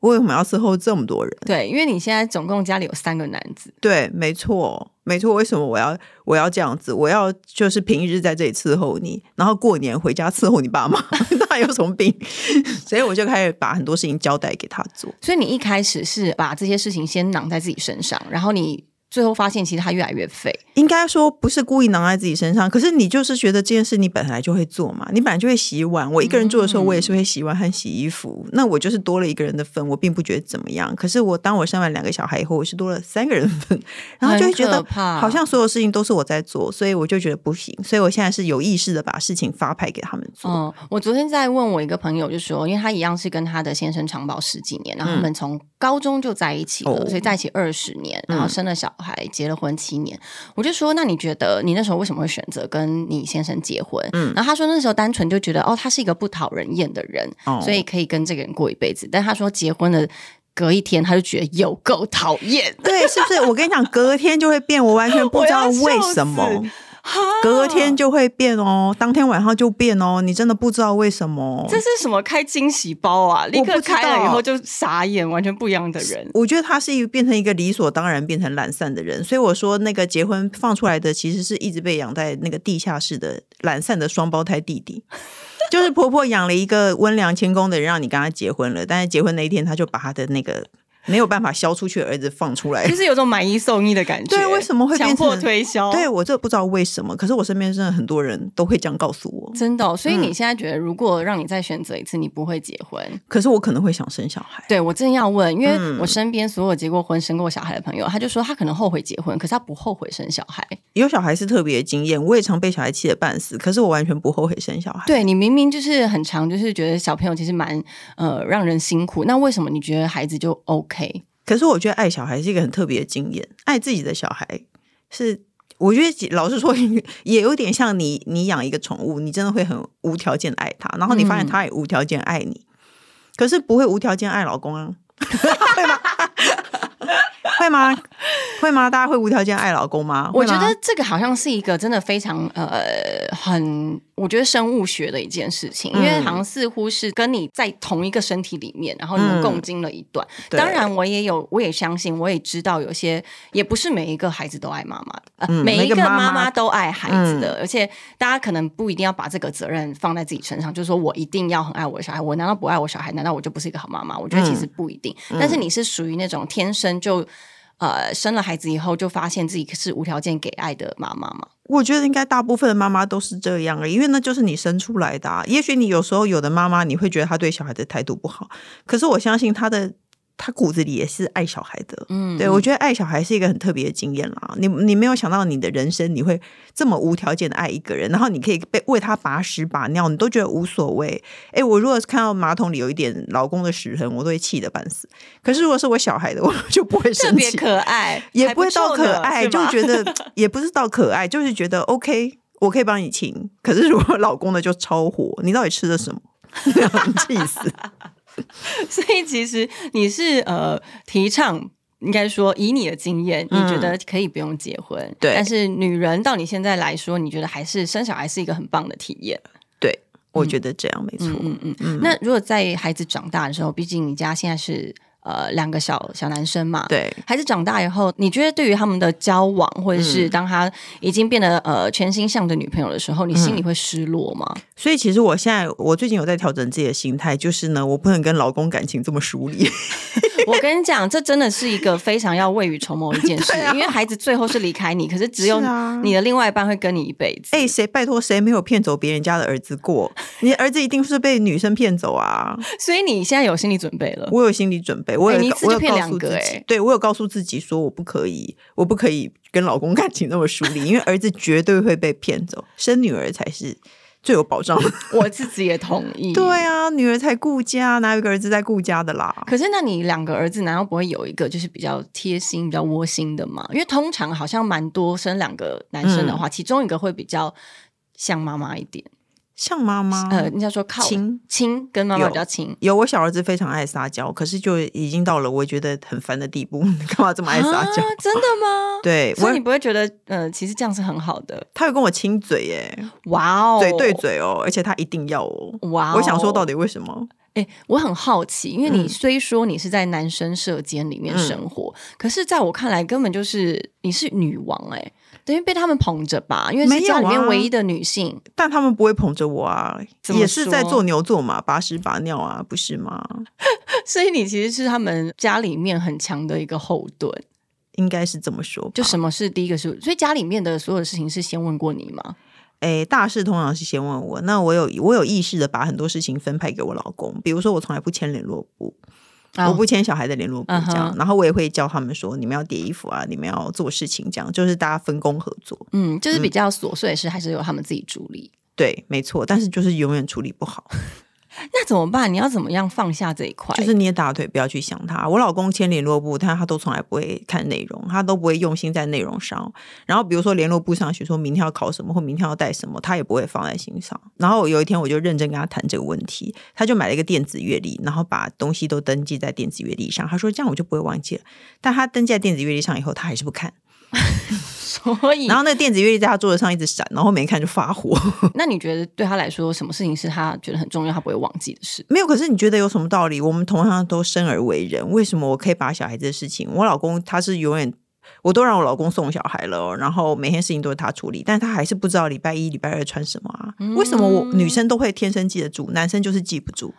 Speaker 3: 我为什么要伺候这么多人？
Speaker 2: 对，因为你现在总共家里有三个男子，
Speaker 3: 对，没错，没错。为什么我要我要这样子？我要就是平日在这里伺候你，然后过年回家伺候你爸妈， 那有什么病？ 所以我就开始把很多事情交代给他做。
Speaker 2: 所以你一开始是把这些事情先囊在自己身上，然后你最后发现其实他越来越废。
Speaker 3: 应该说不是故意囊在自己身上，可是你就是觉得这件事你本来就会做嘛，你本来就会洗碗。我一个人做的时候，
Speaker 2: 嗯
Speaker 3: 我也是会洗碗和洗衣服。那我就是多了一个人的份，我并不觉得怎么样。可是我当我生完两个小孩以后，我是多了三个人的份，然后就会觉
Speaker 2: 很
Speaker 3: 得
Speaker 2: 可怕
Speaker 3: 好像所有事情都是我在做，所以我就觉得不行。所以我现在是有意识的把事情发派给他们做。
Speaker 2: 嗯，我昨天在问我一个朋友，就说，因为他一样是跟他的先生长保十几年，然后他们从高中就在一起了，
Speaker 3: 嗯哦
Speaker 2: 所以在一起二十年，
Speaker 3: 嗯
Speaker 2: 然后生了小孩，结了婚七年。我就说，那你觉得你那时候为什么会选择跟你先生结婚？
Speaker 3: 嗯
Speaker 2: 然后他说那时候单纯就觉得，哦，他是一个不讨人厌的人，
Speaker 3: 哦
Speaker 2: 嗯所以可以跟这个人过一辈子。但他说结婚了。隔一天，他就觉得有够讨厌，
Speaker 3: 对，是不是？我跟你讲，隔天就会变，我完全不知
Speaker 2: 我
Speaker 3: 道
Speaker 2: 要笑
Speaker 3: 为什么
Speaker 2: 死，
Speaker 3: 隔天就会变哦，当天晚上就变哦，你真的不知道为什么。
Speaker 2: 这是什么开惊喜包啊？立刻
Speaker 3: 不知道
Speaker 2: 开了以后就傻眼，完全不一样的人。
Speaker 3: 我觉得他是一个变成一个理所当然变成懒散的人，所以我说那个结婚放出来的其实是一直被养在那个地下室的懒散的双胞胎弟弟， 就是婆婆养了一个温良谦恭的人，让你跟他结婚了，但是结婚那一天他就把他的那个没有办法消出去的儿子放出来
Speaker 2: 就。是有种买一送一的感觉。
Speaker 3: 对为什么会变
Speaker 2: 强
Speaker 3: 成
Speaker 2: 迫推销？
Speaker 3: 对，我这不知道为什么，可是我身边真的很多人都会这样告诉我，
Speaker 2: 真的哦、所以你现在觉得，如果让你再选择一次，你不会结婚？
Speaker 3: 可是我可能会想生小孩。
Speaker 2: 对我正要问，因为
Speaker 3: 嗯
Speaker 2: 我身边所有结过婚、生过小孩的朋友，他就说他可能后悔结婚，可是他不后悔生小孩。
Speaker 3: 有小孩是特别的经验，我也常被小孩气得半死，可是我完全不后悔生小孩。
Speaker 2: 对你明明就是很长，就是觉得小朋友其实蛮呃让人辛苦，那为什么你觉得孩子就 OK？
Speaker 3: 可是我觉得爱小孩是一个很特别的经验，爱自己的小孩是，我觉得老实说 也有点像你，你养一个宠物，你真的会很无条件地爱它，然后你发现
Speaker 2: 嗯
Speaker 3: 它也无条件爱你，可是不会无条件爱老公啊， 会吗？会吗？会吗？大家会无条件爱老公吗？
Speaker 2: 我
Speaker 3: 会
Speaker 2: 觉
Speaker 3: 吗
Speaker 2: 得这个好像是一个真的非常呃很，我觉得生物学的一件事情，因为
Speaker 3: 嗯
Speaker 2: 好像似乎是跟你在同一个身体里面，然后你们
Speaker 3: 嗯
Speaker 2: 共经了一段。
Speaker 3: 对
Speaker 2: 当然，我也有，我也相信，我也知道有些也不是每一个孩子都爱妈妈的，呃
Speaker 3: 嗯
Speaker 2: 每
Speaker 3: 每
Speaker 2: 一
Speaker 3: 个
Speaker 2: 个
Speaker 3: 妈
Speaker 2: 妈
Speaker 3: 妈嗯
Speaker 2: 妈都爱孩子的，而且大家可能不一定要把这个责任放在自己身上，就是说我一定要很爱我的小孩，我难道不爱我小孩？难道我就不是一个好妈妈？我觉得其实不一定。
Speaker 3: 嗯
Speaker 2: 但是你是属于那种天生就。呃，生了孩子以后就发现自己是无条件给爱的妈妈嘛？
Speaker 3: 我觉得应该大部分的妈妈都是这样而已，因为那就是你生出来的、啊。也许你有时候有的妈妈，你会觉得她对小孩的态度不好，可是我相信她的她骨子里也是爱小孩的。
Speaker 2: 嗯，
Speaker 3: 对，我觉得爱小孩是一个很特别的经验啦。你你没有想到你的人生你会这么无条件的爱一个人，然后你可以被为他把屎把尿，你都觉得无所谓。哎，我如果看到马桶里有一点老公的屎痕，我都会气得半死。可是如果是我小孩的，我就不会
Speaker 2: 特
Speaker 3: 生
Speaker 2: 别
Speaker 3: 气。
Speaker 2: 可爱，
Speaker 3: 也
Speaker 2: 还
Speaker 3: 不会到
Speaker 2: 错呢
Speaker 3: 可爱，
Speaker 2: 是
Speaker 3: 就
Speaker 2: 吗
Speaker 3: 觉得 也不是到可爱，就是觉得 OK，我可以帮你请。可是如果老公的就超火，你到底吃的什么？ 气死！
Speaker 2: 所以其实你是呃提倡应该说，以你的经验，你觉得可以不用结婚，
Speaker 3: 嗯对
Speaker 2: 但是女人到你现在来说，你觉得还是生小孩是一个很棒的体验。
Speaker 3: 对，我觉得这样没错。
Speaker 2: 嗯嗯嗯。那如果在孩子长大的时候，毕竟你家现在是呃两个小小男生嘛，。
Speaker 3: 对，
Speaker 2: 孩子长大以后，你觉得对于他们的交往，或者
Speaker 3: 嗯
Speaker 2: 是当他已经变得呃全心向着女朋友的时候，你
Speaker 3: 嗯
Speaker 2: 心里会失落吗？
Speaker 3: 所以其实我现在我最近有在调整自己的心态，就是呢，我不能跟老公感情这么疏离。
Speaker 2: 我跟你讲，这真的是一个非常要未雨绸缪的一件事，
Speaker 3: 对啊
Speaker 2: 因为孩子最后是离开你，可是只有
Speaker 3: 是啊
Speaker 2: 你的另外一半会跟你一辈子。
Speaker 3: 哎、谁拜托谁没有骗走别人家的儿子过？你的儿子一定是被女生骗走啊！
Speaker 2: 所以你现在有心理准备了。
Speaker 3: 我有心理准备，我
Speaker 2: 哎
Speaker 3: 有、
Speaker 2: 你一次
Speaker 3: 我
Speaker 2: 就
Speaker 3: 有
Speaker 2: 骗
Speaker 3: 告
Speaker 2: 两
Speaker 3: 诉自
Speaker 2: 个
Speaker 3: 己，
Speaker 2: 哎
Speaker 3: 对我有告诉自己说我不可以，我不可以跟老公 感情那么疏离，因为儿子绝对会被骗走，生女儿才是最有保障的。
Speaker 2: 我自己也同意。
Speaker 3: 对。啊，女儿才顾家，哪有一个儿子在顾家的啦？
Speaker 2: 可是，那你两个儿子难道不会有一个就是比较贴心、比较窝心的吗？因为通常好像蛮多生两个男生
Speaker 3: 嗯
Speaker 2: 的话，其中一个会比较像妈妈一点，
Speaker 3: 像妈妈，
Speaker 2: 呃，人家说靠
Speaker 3: 嗯亲
Speaker 2: 亲跟妈妈
Speaker 3: 有
Speaker 2: 比较亲。
Speaker 3: 有我小儿子非常爱撒娇，可是就已经到了我觉得很烦的地步， 干嘛这么爱撒娇？
Speaker 2: 啊真的吗？
Speaker 3: 对
Speaker 2: 所以
Speaker 3: 我
Speaker 2: 你，不会觉得，呃，其实这样是很好的。
Speaker 3: 他会跟我亲嘴耶，
Speaker 2: 哇哦，
Speaker 3: 嘴对嘴哦，而且他一定要哦。
Speaker 2: 哇、
Speaker 3: 我想说，到，底为什么？
Speaker 2: 哎、我很好奇，因为你
Speaker 3: 嗯
Speaker 2: 虽说你是在男生射间里面
Speaker 3: 嗯
Speaker 2: 生活，可是在我看来，根本就是你是女王哎、等于被他们捧着吧，因为
Speaker 3: 没
Speaker 2: 是
Speaker 3: 有
Speaker 2: 家里面
Speaker 3: 啊
Speaker 2: 唯一的女性。
Speaker 3: 但他们不会捧着我啊，
Speaker 2: 怎么
Speaker 3: 也是在
Speaker 2: 说
Speaker 3: 做牛做马、把屎把尿啊，不是吗？
Speaker 2: 所以你其实是他们家里面很强的一个后盾，
Speaker 3: 应该是这么说吧。
Speaker 2: 就什么是第一个是，所以家里面的所有的事情是先问过你吗？
Speaker 3: 诶，大事通常是先问我，那我有我有意识的把很多事情分派给我老公，比如说我从来不签联络簿，
Speaker 2: 啊
Speaker 3: 我不签小孩的联络簿
Speaker 2: 嗯哼
Speaker 3: 这样，然后我也会教他们说，你们要叠衣服啊，你们要做事情这样，就是大家分工合作。
Speaker 2: 嗯，就是比较琐碎的事，还是由他们自己处理。
Speaker 3: 对，没错，但是就是永远处理不好，
Speaker 2: 那怎么办？你要怎么样放下这一块？
Speaker 3: 就是捏大腿，不要去想他。我老公签联络簿，但他都从来不会看内容，他都不会用心在内容上。然后比如说联络簿上写说明天要考什么或明天要带什么，他也不会放在心上。然后有一天我就认真跟他谈这个问题，他就买了一个电子阅历，然后把东西都登记在电子阅历上。他说这样我就不会忘记了。但他登记在电子阅历上以后，他还是不看。
Speaker 2: 所以
Speaker 3: 然后那个电子阅历在他桌子上一直闪，然后没看就发火。
Speaker 2: 那你觉得对他来说，什么事情是他觉得很重要，他不会忘记的事？
Speaker 3: 没有，可是你觉得有什么道理？我们同样都生而为人，为什么我可以把小孩子的事情，我老公他是永远，我都让我老公送小孩了哦，然后每天事情都是他处理，但他还是不知道礼拜一、礼拜二穿什么啊？为什么我女生都会天生记得住，男生就是记不住？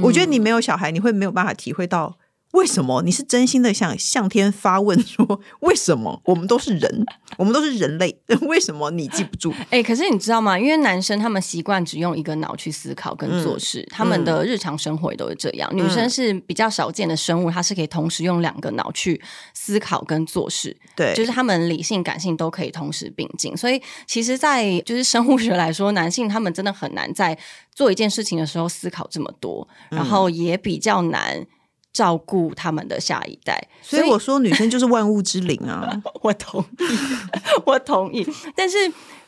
Speaker 3: 我觉得你没有小孩，你会没有办法体会到。为什么你是真心的想向天发问说为什么我们都是人， 我们都是人类， 为什么你记不住？
Speaker 2: 哎、可是你知道吗？因为男生他们习惯只用一个脑去思考跟做事，他们的日常生活也都是这样。女生是比较少见的生物，她是可以同时用两个脑去思考跟做事，
Speaker 3: 对，
Speaker 2: 就是他们理性、感性都可以同时并进。所以，其实，在就是生物学来说，男性他们真的很难在做一件事情的时候思考这么多，然后也比较难照顾他们的下一代。
Speaker 3: 所以我说女生就是万物之灵啊。
Speaker 2: 我同意， 我同意。但是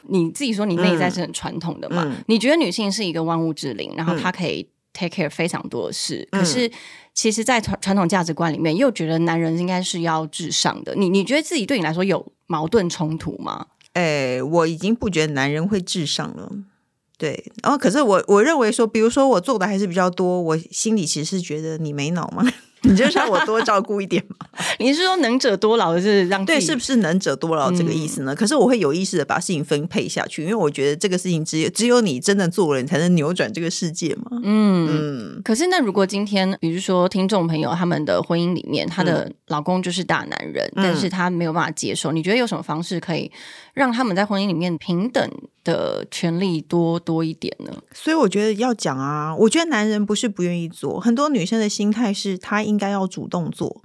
Speaker 2: 你自己说你内在是很传统的嘛？
Speaker 3: 嗯嗯
Speaker 2: 你觉得女性是一个万物之灵，然后
Speaker 3: 嗯
Speaker 2: 她可以 take care 非常多的事。
Speaker 3: 嗯
Speaker 2: 可是其实，在传传统价值观里面，又觉得男人应该是要至上的。你你觉得自己对你来说有矛盾冲突吗？
Speaker 3: 哎，我已经不觉得男人会至上了。对，然、后可是我我认为说，比如说我做的还是比较多，我心里其实是觉得你没脑吗？ 你就是让我多照顾一点嘛。
Speaker 2: 你是说能者多劳，就是让自
Speaker 3: 对，
Speaker 2: 己
Speaker 3: 是不是能者多劳这个意思呢？可是我会有意识的把事情分配下去，因为我觉得这个事情只有只有你真的做了，你才能扭转这个世界嘛。
Speaker 2: 嗯。
Speaker 3: 嗯，
Speaker 2: 可是，那如果今天，比如说听众朋友他们的婚姻里面，她的老公就是大男人，但是她没有办法接受，你觉得有什么方式可以让他们在婚姻里面平等的权利多多一点呢？
Speaker 3: 所以我觉得要讲啊，我觉得男人不是不愿意做，很多女生的心态是她应该要主动做，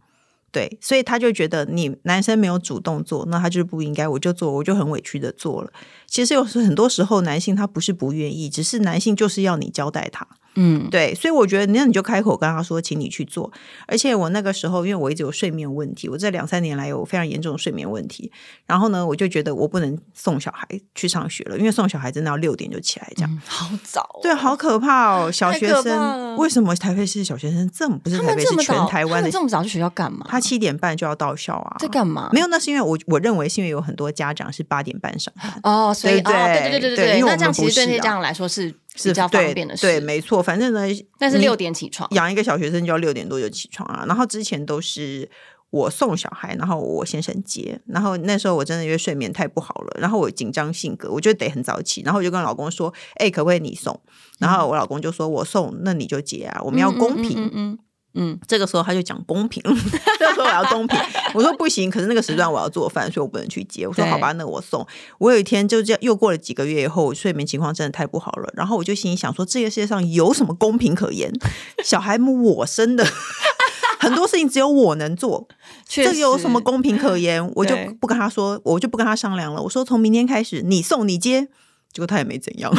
Speaker 3: 对，所以她就觉得你男生没有主动做，那他就是不应该，我就做，我就很委屈的做了。其实有时很多时候，男性他不是不愿意，只是男性就是要你交代他，
Speaker 2: 嗯，
Speaker 3: 对，所以我觉得那你就开口跟他说，请你去做。而且我那个时候，因为我一直有睡眠问题，我这两三年来有非常严重的睡眠问题。然后呢，我就觉得我不能送小孩去上学了，因为送小孩真的要六点就起来这样。
Speaker 1: 好早哦、
Speaker 3: 对，好可怕哦！小
Speaker 1: 太
Speaker 3: 学
Speaker 1: 可怕了
Speaker 3: 生为什么台北市小学生这么不是
Speaker 2: 他
Speaker 3: 台
Speaker 2: 们
Speaker 3: 北
Speaker 2: 这
Speaker 3: 市
Speaker 2: 么
Speaker 3: 全
Speaker 2: 早，
Speaker 3: 台
Speaker 2: 他
Speaker 3: 湾的
Speaker 2: 们？这么早去学校干嘛？
Speaker 3: 他七点半就要到校啊，
Speaker 2: 在干嘛？
Speaker 3: 没
Speaker 2: 有
Speaker 3: 有，那是因为我我认为是因为有很多家长是八点半上班，
Speaker 2: 哦，所以
Speaker 3: 对不对
Speaker 2: 哦，对对对
Speaker 3: 对
Speaker 2: 对
Speaker 3: 因为
Speaker 2: 那
Speaker 3: 我们
Speaker 2: 这样其
Speaker 3: 不
Speaker 2: 实对
Speaker 3: 是
Speaker 2: 那些
Speaker 3: 啊
Speaker 2: 家长来说是
Speaker 3: 是
Speaker 2: 比较方
Speaker 3: 对
Speaker 2: 便的事，
Speaker 3: 对，没错，反正呢，
Speaker 2: 但是
Speaker 3: 你
Speaker 2: 六点起床，
Speaker 3: 养一个小学生就要六点多就起床啊。然后之前都是我送小孩，然后我先生接。然后那时候我真的因为睡眠太不好了，然后我紧张性格，我就得很早起。然后我就跟老公说：“哎、可不可以你送？”然后我老公就说：“我送，那你就接啊，我
Speaker 2: 我
Speaker 3: 们要公
Speaker 2: 嗯
Speaker 3: 平。
Speaker 2: 嗯嗯嗯
Speaker 3: 这个时候他就讲公平， 这个时候我要公平。我说不行，可是那个时段我要做饭，所以我不能去接。我说
Speaker 2: 对
Speaker 3: 好吧，那我送。我有一天就这样，又过了几个月以后，我睡眠情况真的太不好了。然后我就心里想说，这个世界上有什么公平可言？小孩们我生的，很多事情只有我能做，
Speaker 2: 嗯，
Speaker 3: 这
Speaker 2: 确
Speaker 3: 个有
Speaker 2: 实
Speaker 3: 什么公平可言？我就
Speaker 2: 对
Speaker 3: 不跟他说，我就不跟他商量了。我说从明天开始，你送你接。结果他也没怎样。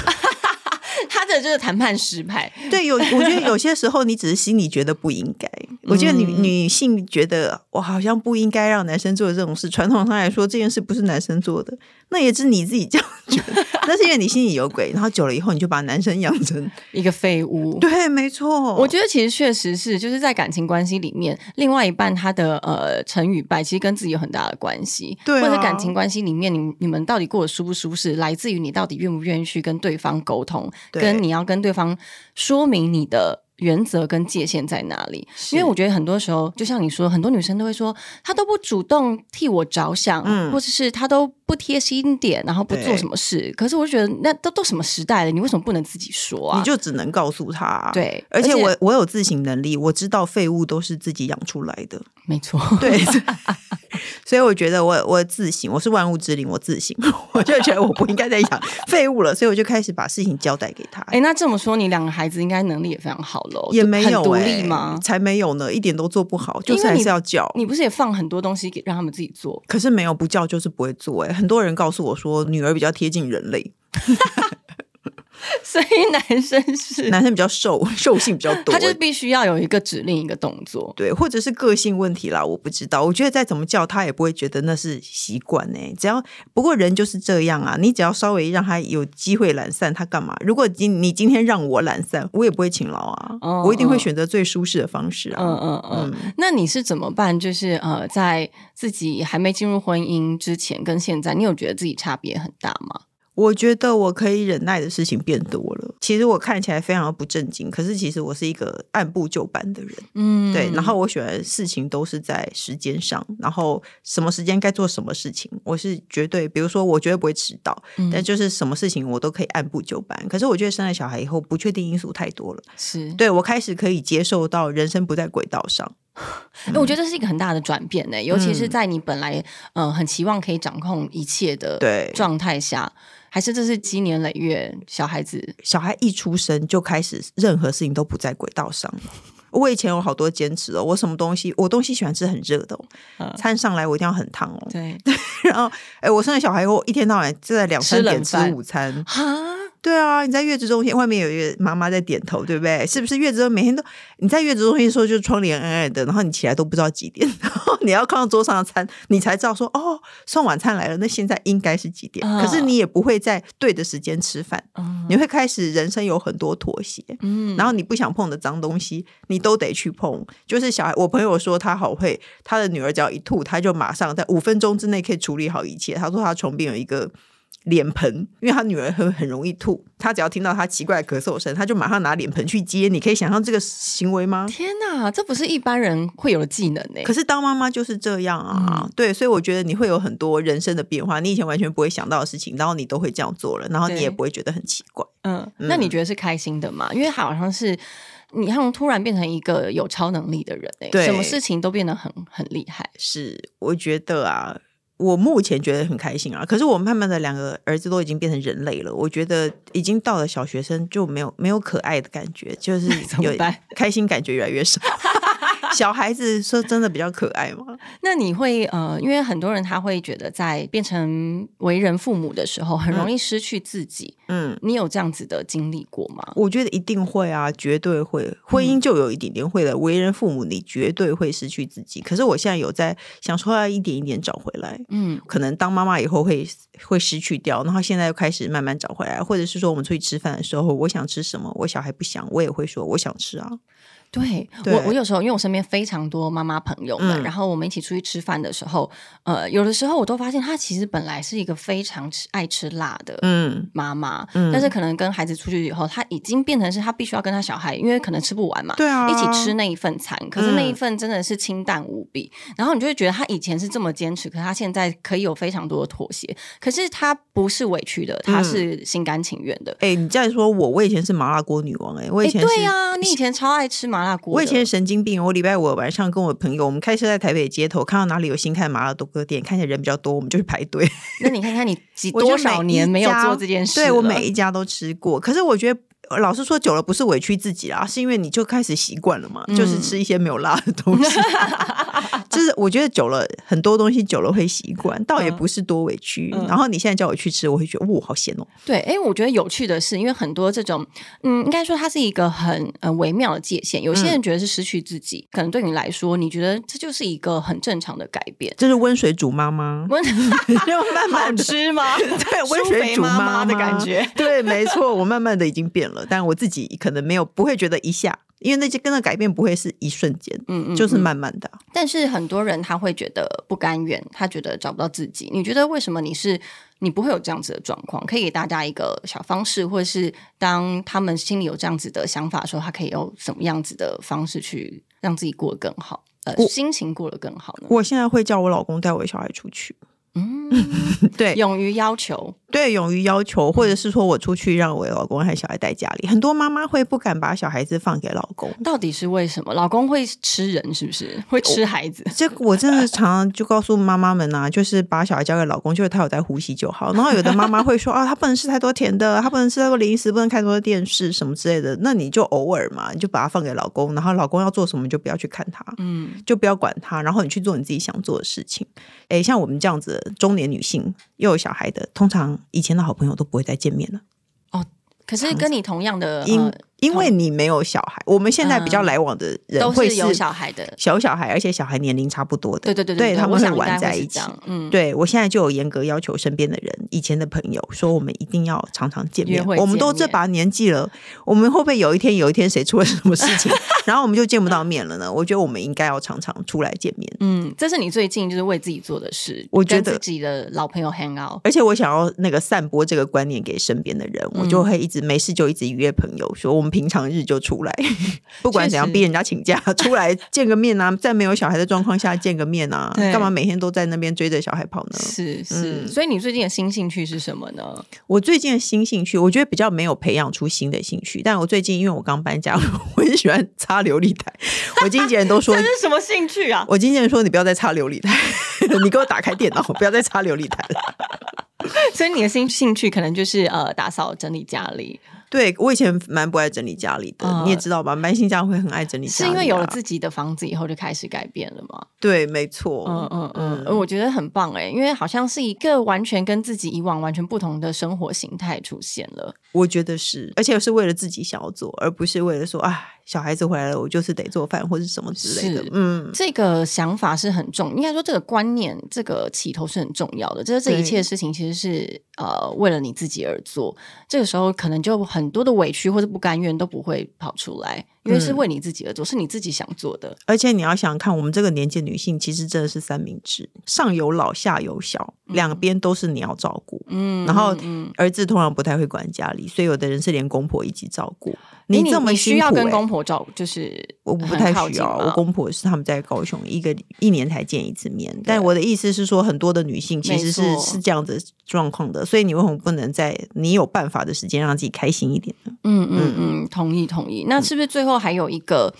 Speaker 2: 他的这个谈判失败，
Speaker 3: 对，有我觉得有些时候你只是心里觉得不应该。我觉得女
Speaker 2: 嗯
Speaker 3: 女性觉得我好像不应该让男生做这种事。传统上来说，这件事不是男生做的，那也是你自己这样觉得。那是因为你心里有鬼，然后久了以后，你就把男生养成
Speaker 2: 一个废物。
Speaker 3: 对，没错。
Speaker 2: 我觉得其实确实是，就是在感情关系里面，另外一半他的呃成与败，其实跟自己有很大的关系。
Speaker 3: 对啊
Speaker 2: 或者感情关系里面，你你们到底过得舒不舒适，来自于你到底愿不愿意去跟对方沟通，
Speaker 3: 对
Speaker 2: 跟你要跟对方说明你的。原则跟界限在哪里？
Speaker 3: 是
Speaker 2: 因为我觉得很多时候，就像你说，很多女生都会说，她都不主动替我着想，
Speaker 3: 嗯
Speaker 2: 或者是她都不贴心点，然后不做
Speaker 3: 对
Speaker 2: 什么事。可是我就觉得，那都都什么时代了，你为什么不能自己说啊？
Speaker 3: 你就只能告诉他、
Speaker 2: 对，
Speaker 3: 而且我我有自省能力，我知道废物都是自己养出来的。
Speaker 2: 没错，
Speaker 3: 对，所以我觉得我我自省，我是万物之灵，我自省， 我就觉得我不应该再养废物了，所以我就开始把事情交代给他。
Speaker 2: 哎、那这么说，你两个孩子应该能力也非常好喽，
Speaker 3: 也
Speaker 2: 就
Speaker 3: 没
Speaker 2: 很
Speaker 3: 有、欸、
Speaker 2: 独立吗？
Speaker 3: 才没有呢，一点都做不好，
Speaker 2: 因
Speaker 3: 就
Speaker 2: 为
Speaker 3: 是还
Speaker 2: 你
Speaker 3: 是要叫。
Speaker 2: 你不是也放很多东西给让他们自己做？
Speaker 3: 可是没有不叫就是不会做、欸，很多人告诉我说女儿比较贴近人类，
Speaker 2: 所以男生是，
Speaker 3: 男生比较瘦， 兽性比较多、
Speaker 2: 嗯他就是
Speaker 3: 欸
Speaker 2: 必须要有一个指令一个动作。
Speaker 3: 对，或者是个性问题啦，我不知道。我觉得再怎么叫他也不会觉得那是习惯呢、只要不过人就是这样啊，你只要稍微让他有机会懒散，他干嘛？如果今你今天让我懒散，我也不会勤劳啊，
Speaker 2: 哦
Speaker 3: 我一定
Speaker 2: 哦
Speaker 3: 会选择最舒适的方式啊。
Speaker 2: 嗯嗯嗯，那你是怎么办？就是呃，在自己还没进入婚姻之前跟现在，你有觉得自己差别很大吗？
Speaker 3: 我觉得我可以忍耐的事情变多了。其实我看起来非常不正经，可是其实我是一个按部就班的人。
Speaker 2: 嗯，
Speaker 3: 对，然后我喜欢的事情都是在时间上，然后什么时间该做什么事情，我是绝对，比如说我绝对不会迟到，
Speaker 2: 嗯
Speaker 3: 但就是什么事情我都可以按部就班。可是我觉得生了小孩以后，不确定因素太多了，
Speaker 2: 是
Speaker 3: 对我开始可以接受到人生不在轨道上。
Speaker 2: 哎、我觉得这是一个很大的转变呢、尤其是
Speaker 3: 嗯
Speaker 2: 在你本来呃很期望可以掌控一切的
Speaker 3: 对
Speaker 2: 状态下，还是这是积年累月小孩子
Speaker 3: 小孩一出生就开始任何事情都不在轨道上了。我以前有好多坚持哦，我什么东西，我东西喜欢吃很热的、哦
Speaker 2: 嗯，
Speaker 3: 餐上来我一定要很烫哦。
Speaker 2: 对
Speaker 3: 然后，哎，我生了小孩以后，一天到晚就在两三
Speaker 2: 吃冷
Speaker 3: 点吃
Speaker 2: 饭
Speaker 3: 午 餐，
Speaker 2: 哈，
Speaker 3: 对啊，你在月子中心外面有一个妈妈在点头，对不对？是不是月子中每天都你在月子中心的时候就窗帘暗暗的，然后你起来都不知道几点， 然后你要看到桌上的餐，你才知道说哦送晚餐来了，那现在应该是几点？
Speaker 2: 啊
Speaker 3: 可是你也不会在对的时间吃饭，
Speaker 2: 嗯
Speaker 3: 你会开始人生有很多妥协。
Speaker 2: 嗯
Speaker 3: 然后你不想碰的脏东西，你都得去碰。就是小孩，我朋友说他好会，他的女儿只要一吐，他就马上在五分钟之内可以处理好一切。他说他床边有一个脸盆，因为他女儿很很容易吐，他只要听到他奇怪的咳嗽声，他就马上拿脸盆去接。你可以想象这个行为吗？
Speaker 2: 天哪，这不是一般人会有的技能欸呢、
Speaker 3: 可是当妈妈就是这样啊，对，所以我觉得你会有很多人生的变化，你以前完全不会想到的事情，然后你都会这样做了，然后你
Speaker 2: 对
Speaker 3: 也不会觉得很奇怪。
Speaker 2: 嗯，那你觉得是开心的吗？因为好像是你好像突然变成一个有超能力的人哎、
Speaker 3: 对
Speaker 2: 什么事情都变得很很厉害。
Speaker 3: 是，我觉得啊，我目前觉得很开心啊。可是我慢慢的两个儿子都已经变成人类了，我觉得已经到了小学生就没有没有可爱的感觉，就是
Speaker 2: 怎么
Speaker 3: 有
Speaker 2: 办
Speaker 3: 开心感觉越来越少。小孩子说真的比较可爱嘛，
Speaker 2: 那你会呃，因为很多人他会觉得在变成为人父母的时候，很容易失去自己。
Speaker 3: 嗯，
Speaker 2: 你有这样子的经历过吗？
Speaker 3: 我觉得一定会啊，绝对会。婚
Speaker 2: 嗯
Speaker 3: 姻就有一点点会了，为人父母你绝对会失去自己。可是我现在有在想说要一点一点找回来，
Speaker 2: 嗯，
Speaker 3: 可能当妈妈以后会会失去掉，然后现在又开始慢慢找回来，或者是说我们出去吃饭的时候，我想吃什么，我小孩不想，我也会说我想吃啊。
Speaker 2: 对
Speaker 3: 对
Speaker 2: 我，我有时候因为我身边非常多妈妈朋友们，
Speaker 3: 嗯
Speaker 2: 然后我们一起出去吃饭的时候，呃，有的时候我都发现她其实本来是一个非常吃爱吃辣的。
Speaker 3: 嗯
Speaker 2: 妈妈，
Speaker 3: 嗯
Speaker 2: 但是可能跟孩子出去以后，她已经变成是她必须要跟她小孩，因为可能吃不完嘛，
Speaker 3: 对啊
Speaker 2: 一起吃那一份餐。可是那一
Speaker 3: 嗯
Speaker 2: 份真的是清淡无比，然后你就会觉得她以前是这么坚持，可是她现在可以有非常多的妥协。可是她不是委屈的，她
Speaker 3: 嗯
Speaker 2: 是心甘情愿的。
Speaker 3: 哎、你这样说我，我以前是麻辣锅女王哎、我
Speaker 2: 哎、
Speaker 3: 以前是、
Speaker 2: 对呀、你以前超爱吃麻辣锅的，
Speaker 3: 我以前神经病，我礼拜五晚上跟我朋友，我们开车在台北街头，看到哪里有新开麻辣多哥店，看起来人比较多，我们就去排队。
Speaker 2: 那你看看你 几
Speaker 3: 我就
Speaker 2: 多少
Speaker 3: 每一
Speaker 2: 年没有
Speaker 3: 家
Speaker 2: 做这件事了？
Speaker 3: 对我每一家都吃过，可是我觉得。呃老实说，久了不是委屈自己啦，是因为你就开始习惯了嘛，就是
Speaker 2: 嗯
Speaker 3: 吃一些没有辣的东 西。就是我觉得久了，很多东西久了会习惯，倒也
Speaker 2: 嗯
Speaker 3: 不是多委屈。
Speaker 2: 嗯
Speaker 3: 然后你现在叫我去吃，我会觉得，哇、好咸哦。
Speaker 2: 对，哎，我觉得有趣的是，因为很多这种，嗯，应该说它是一个很呃微妙的界限。有些人觉得是失去自己，可能对你来说，你觉得这就是一个很正常的改变。，
Speaker 3: 这是温水煮妈妈
Speaker 2: 温
Speaker 3: 就慢
Speaker 2: 好
Speaker 3: 慢的。
Speaker 2: 吃 吗？
Speaker 3: 对，温
Speaker 2: 舒
Speaker 3: 水
Speaker 2: 肥
Speaker 3: 煮
Speaker 2: 妈
Speaker 3: 妈
Speaker 2: 妈的感觉。
Speaker 3: 对，没错，我慢慢的已经变了，但我自己可能没有不会觉得一下，因为那些跟着改变不会是一瞬间，
Speaker 2: 嗯嗯，
Speaker 3: 就是
Speaker 2: 嗯。
Speaker 3: 慢啊慢的。
Speaker 2: 但是很多人他会觉得不甘愿，他觉得找不到自己。你觉得为什么你是你不会有这样子的状况？可以给大家一个小方式，或者是当他们心里有这样子的想法的时候，他可以用什么样子的方式去让自己过得更好，呃，
Speaker 3: 我
Speaker 2: 心情过得更好呢？
Speaker 3: 我现在会叫我老公带我的小孩出去，
Speaker 2: 嗯，
Speaker 3: 对
Speaker 2: 勇于要求，
Speaker 3: 对，勇于要求，或者是说我出去让我老公和小孩待家里。很多妈妈会不敢把小孩子放给老公，
Speaker 2: 到底是为什么？老公会吃人是不是？会吃孩子？
Speaker 3: 这个我真的常常就告诉妈妈们啊，就是把小孩交给老公，就是他有在呼吸就好。然后有的妈妈会说啊，他不能吃太多甜的，他不能吃太多零食，不能看太多电视什么之类的。那你就偶尔嘛，你就把它放给老公，然后老公要做什么你就不要去看他，
Speaker 2: 嗯，
Speaker 3: 就不要管他，然后你去做你自己想做的事情。诶，像我们这样子的中年女性又有小孩的，通常以前的好朋友都不会再见面了，
Speaker 2: 可是跟你同样的，
Speaker 3: 因、
Speaker 2: 呃、
Speaker 3: 因为你没有小孩。我们现在比较
Speaker 2: 嗯
Speaker 3: 来往的人
Speaker 2: 都
Speaker 3: 会
Speaker 2: 是有小孩的。
Speaker 3: 小小孩，而且小孩年龄差不多的
Speaker 2: 对，对对
Speaker 3: 对他
Speaker 2: 我
Speaker 3: 们
Speaker 2: 想应该
Speaker 3: 玩在
Speaker 2: 会是
Speaker 3: 一
Speaker 2: 这
Speaker 3: 起。
Speaker 2: 样，嗯，
Speaker 3: 对我现在就有严格要求身边的人，以前的朋友说我们一定要常常见
Speaker 2: 约
Speaker 3: 面。
Speaker 2: 会
Speaker 3: 我们都
Speaker 2: 见
Speaker 3: 这
Speaker 2: 面
Speaker 3: 把年纪了，我们会不会有一天有一天谁出了什么事情， 然后我们就见不到面了呢？我觉得我们应该要常常出来见面。
Speaker 2: 嗯，这是你最近就是为自己做的事，
Speaker 3: 我觉得
Speaker 2: 跟自己的老朋友 hang out，
Speaker 3: 而且我想要那个散播这个观念给身边的人，我
Speaker 2: 嗯
Speaker 3: 就会一直没事就一直约朋友说，我们平常日就 出来，不管怎样
Speaker 2: 确实
Speaker 3: 逼人家请假，出来见个面啊，在没有小孩的状况下见个面啊，
Speaker 2: 对
Speaker 3: 干嘛每天都在那边追着小孩跑呢？
Speaker 2: 是是、
Speaker 3: 嗯
Speaker 2: 所以你最近的新兴趣是什么呢？
Speaker 3: 我最近的新兴趣，我觉得比较没有培养出新的兴趣。但我最近因为我刚搬家， 我很喜欢擦琉璃台。我经纪人 都说
Speaker 2: 这，是什么兴趣啊？
Speaker 3: 我经纪人说你不要再擦琉璃台， 你给我打开电脑，不要再擦琉璃台了。
Speaker 2: 所以你的新兴趣可能就是呃打扫整理家里，啊
Speaker 3: 对我以前蛮不爱整理家里的，
Speaker 2: 嗯
Speaker 3: 你也知道吧？搬新家会很爱整理
Speaker 2: 是
Speaker 3: 家里啊、
Speaker 2: 因为有了自己的房子以后就开始改变了吗？
Speaker 3: 对，没错，
Speaker 2: 嗯嗯嗯，呃我觉得很棒哎、因为好像是一个完全跟自己以往完全不同的生活形态出现了。
Speaker 3: 我觉得是，而且是为了自己想要做，而不是为了说啊，小孩子回来了，我就是得做饭或是什么之类的
Speaker 2: 是。
Speaker 3: 嗯，
Speaker 2: 这个想法是很重，应该说这个观念、这个起头是很重要的。这这
Speaker 3: 对
Speaker 2: 一切事情其实是呃为了你自己而做，这个时候可能就很多的委屈或者不甘愿都不会跑出来，因为是
Speaker 3: 嗯
Speaker 2: 为你自己而做，是你自己想做的。
Speaker 3: 而且你要想想看，我们这个年纪的女性其实真的是三明治，上有老下有小，两边都是你要照顾。
Speaker 2: 嗯，
Speaker 3: 然后
Speaker 2: 嗯。嗯
Speaker 3: 儿子通常不太会管家里，所以有的人是连公婆一起照顾。
Speaker 2: 诶
Speaker 3: 这么
Speaker 2: 你
Speaker 3: 辛苦、
Speaker 2: 需要跟
Speaker 3: 欸
Speaker 2: 公婆照，就是
Speaker 3: 我不
Speaker 2: 很
Speaker 3: 太
Speaker 2: 靠
Speaker 3: 需
Speaker 2: 近
Speaker 3: 要，
Speaker 2: 吗
Speaker 3: 我公婆是他们在高雄，一个一年才见一次面。但我的意思是说，很多的女性其实
Speaker 2: 没
Speaker 3: 是
Speaker 2: 错
Speaker 3: 是这样子状况的，所以你为什么不能在你有办法的时间让自己开心一点呢？
Speaker 2: 嗯嗯嗯，同意同意。那是不是最后还有一个？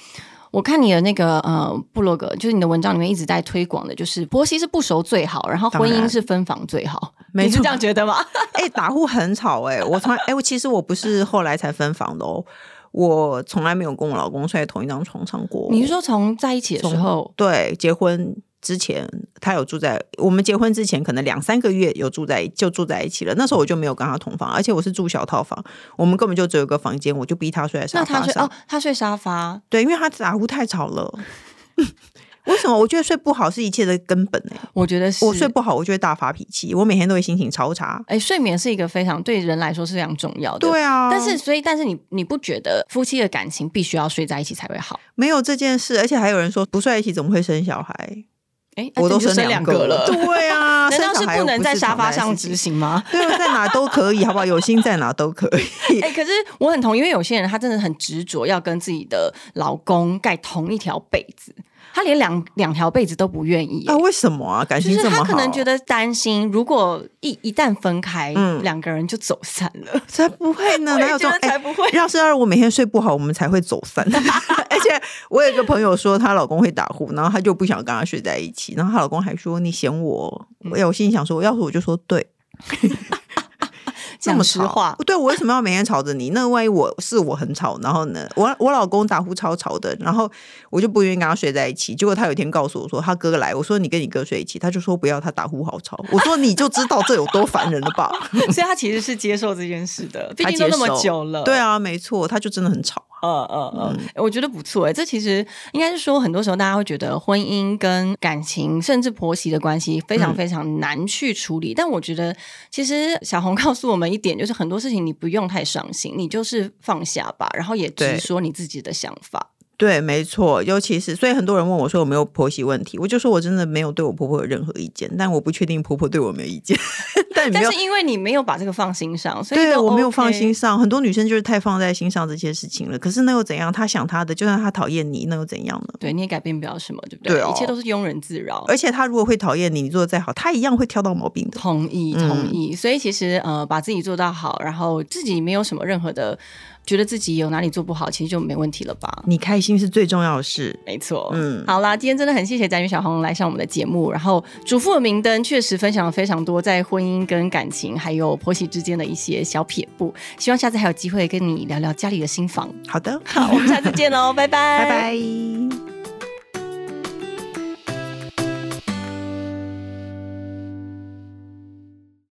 Speaker 2: 我看你的那个呃部落格，就是你的文章里面一直在推广的，就是婆媳是不熟最好，然后婚
Speaker 3: 当
Speaker 2: 姻
Speaker 3: 然
Speaker 2: 是分房最好。
Speaker 3: 没
Speaker 2: 你是
Speaker 3: 错
Speaker 2: 这 样觉得吗？
Speaker 3: 哎、打呼很吵哎、我从来哎、我其实我不是后来才分房的哦，我从来没有跟我老公睡在同一张床上过。
Speaker 2: 你是说从在一起的时候，
Speaker 3: 对结婚之前他有住在我们结婚之前，可能两三个月有住在就住在一起了。那时候我就没有跟他同房，而且我是住小套房，我们根本就只有一个房间，我就逼他睡在沙
Speaker 2: 那
Speaker 3: 发
Speaker 2: 他
Speaker 3: 上。
Speaker 2: 睡哦，他睡沙发，
Speaker 3: 对，因为他打呼太吵了。 为什么？我觉得睡不好是一切的根本哎、
Speaker 2: 我觉得是
Speaker 3: 我睡不好，我就会大发脾气，我每天都会心情超差。
Speaker 2: 哎、睡眠是一个非常对人来说是非常重要的。、
Speaker 3: 对啊，
Speaker 2: 但是所以，但是你你不觉得夫妻的感情必须要睡在一起才会好？
Speaker 3: 没有这件事，而且还有人说不睡在一起怎么会生小孩？
Speaker 2: 哎、
Speaker 3: 我都
Speaker 2: 那这就生两
Speaker 3: 两
Speaker 2: 个
Speaker 3: 了， 对啊，
Speaker 2: 难道
Speaker 3: 生
Speaker 2: 是
Speaker 3: 小孩
Speaker 2: 不能
Speaker 3: 又
Speaker 2: 在
Speaker 3: 是
Speaker 2: 沙
Speaker 3: 常
Speaker 2: 发
Speaker 3: 态的
Speaker 2: 上执
Speaker 3: 事情？
Speaker 2: 行 吗？
Speaker 3: 对啊，在哪都可以，好不好？有心在哪都可 以。
Speaker 2: 哎、可是我很同意，因为有些人他真的很执着，要跟自己的老公盖同一条被子，他连两两条被子都不愿意、
Speaker 3: 啊，为什么啊？感
Speaker 2: 就
Speaker 3: 情
Speaker 2: 是
Speaker 3: 这么
Speaker 2: 他
Speaker 3: 好，
Speaker 2: 可能觉得担心，如果一一旦分开，
Speaker 3: 嗯
Speaker 2: 两个人就走散了。
Speaker 3: 才不会呢，
Speaker 2: 我
Speaker 3: 哪
Speaker 2: 也
Speaker 3: 有这
Speaker 2: 觉
Speaker 3: 种
Speaker 2: 得才不会
Speaker 3: 哎要是要是我每天睡不好，我们才会走散。 而且我有一个朋友说，她老公会打呼，然后她就不想跟他睡在一起，然后她老公还说你嫌我，
Speaker 2: 嗯
Speaker 3: 哎我我心里想说，要是我就说对。 这
Speaker 2: 讲
Speaker 3: 么
Speaker 2: 实
Speaker 3: 吵
Speaker 2: 话，
Speaker 3: 对我为什么要每天吵着你？那万一我是我很吵，然后呢，我我老公打呼超吵的，然后我就不愿意跟他睡在一起。结果他有一天告诉我说，他哥来，我说你跟你哥睡一起，他就说不要，他打呼好吵。我说你就知道这有多烦人了吧？
Speaker 2: 所以他其实是接受这件事的， 毕
Speaker 3: 他
Speaker 2: 竟都
Speaker 3: 接
Speaker 2: 那么
Speaker 3: 受
Speaker 2: 久了。
Speaker 3: 对啊，没错，他就真的很吵。啊
Speaker 2: 嗯嗯嗯，欸我觉得不错哎、这其实应该是说，很多时候大家会觉得婚姻跟感情，甚至婆媳的关系非常
Speaker 3: 嗯
Speaker 2: 非常难去处理。但我觉得，其实小红告诉我们一点，就是很多事情你不用太伤心，你就是放下吧，然后也直
Speaker 3: 对
Speaker 2: 说你自己的想法。
Speaker 3: 对，没错，尤其是所以很多人问我说有没有婆媳问题，我就说我真的没有对我婆婆有任何意见，但我不确定婆婆对我有没有意见， 但你没
Speaker 2: 但
Speaker 3: 有。
Speaker 2: 是因为你没有把这个放心上，所以
Speaker 3: 对啊
Speaker 2: 都
Speaker 3: 我没有
Speaker 2: OK
Speaker 3: 放心。上，很多女生就是太放在心上这些事情了。可是那又怎样？她想她的，就算她讨厌你，那又怎样呢？
Speaker 2: 对，你也改变不了什么，对不对？
Speaker 3: 对哦
Speaker 2: 一切都是庸人自扰。
Speaker 3: 而且她如果会讨厌你，你做的再好，她一样会挑到毛病的。
Speaker 2: 同意，
Speaker 3: 嗯
Speaker 2: 同意。所以其实呃，把自己做到好，然后自己没有什么任何的，觉得自己有哪里做不好，其实就没问题了吧？
Speaker 3: 你开心是最重要的事。
Speaker 2: 没错，
Speaker 3: 嗯
Speaker 2: 好啦，今天真的很谢谢展宇小红来上我们的节目，然后主妇的明灯确实分享了非常多在婚姻跟感情还有婆媳之间的一些小撇步，希望下次还有机会跟你聊聊家里的新房。
Speaker 3: 好的，
Speaker 2: 好，我们下次见喽，拜拜，
Speaker 3: 拜拜。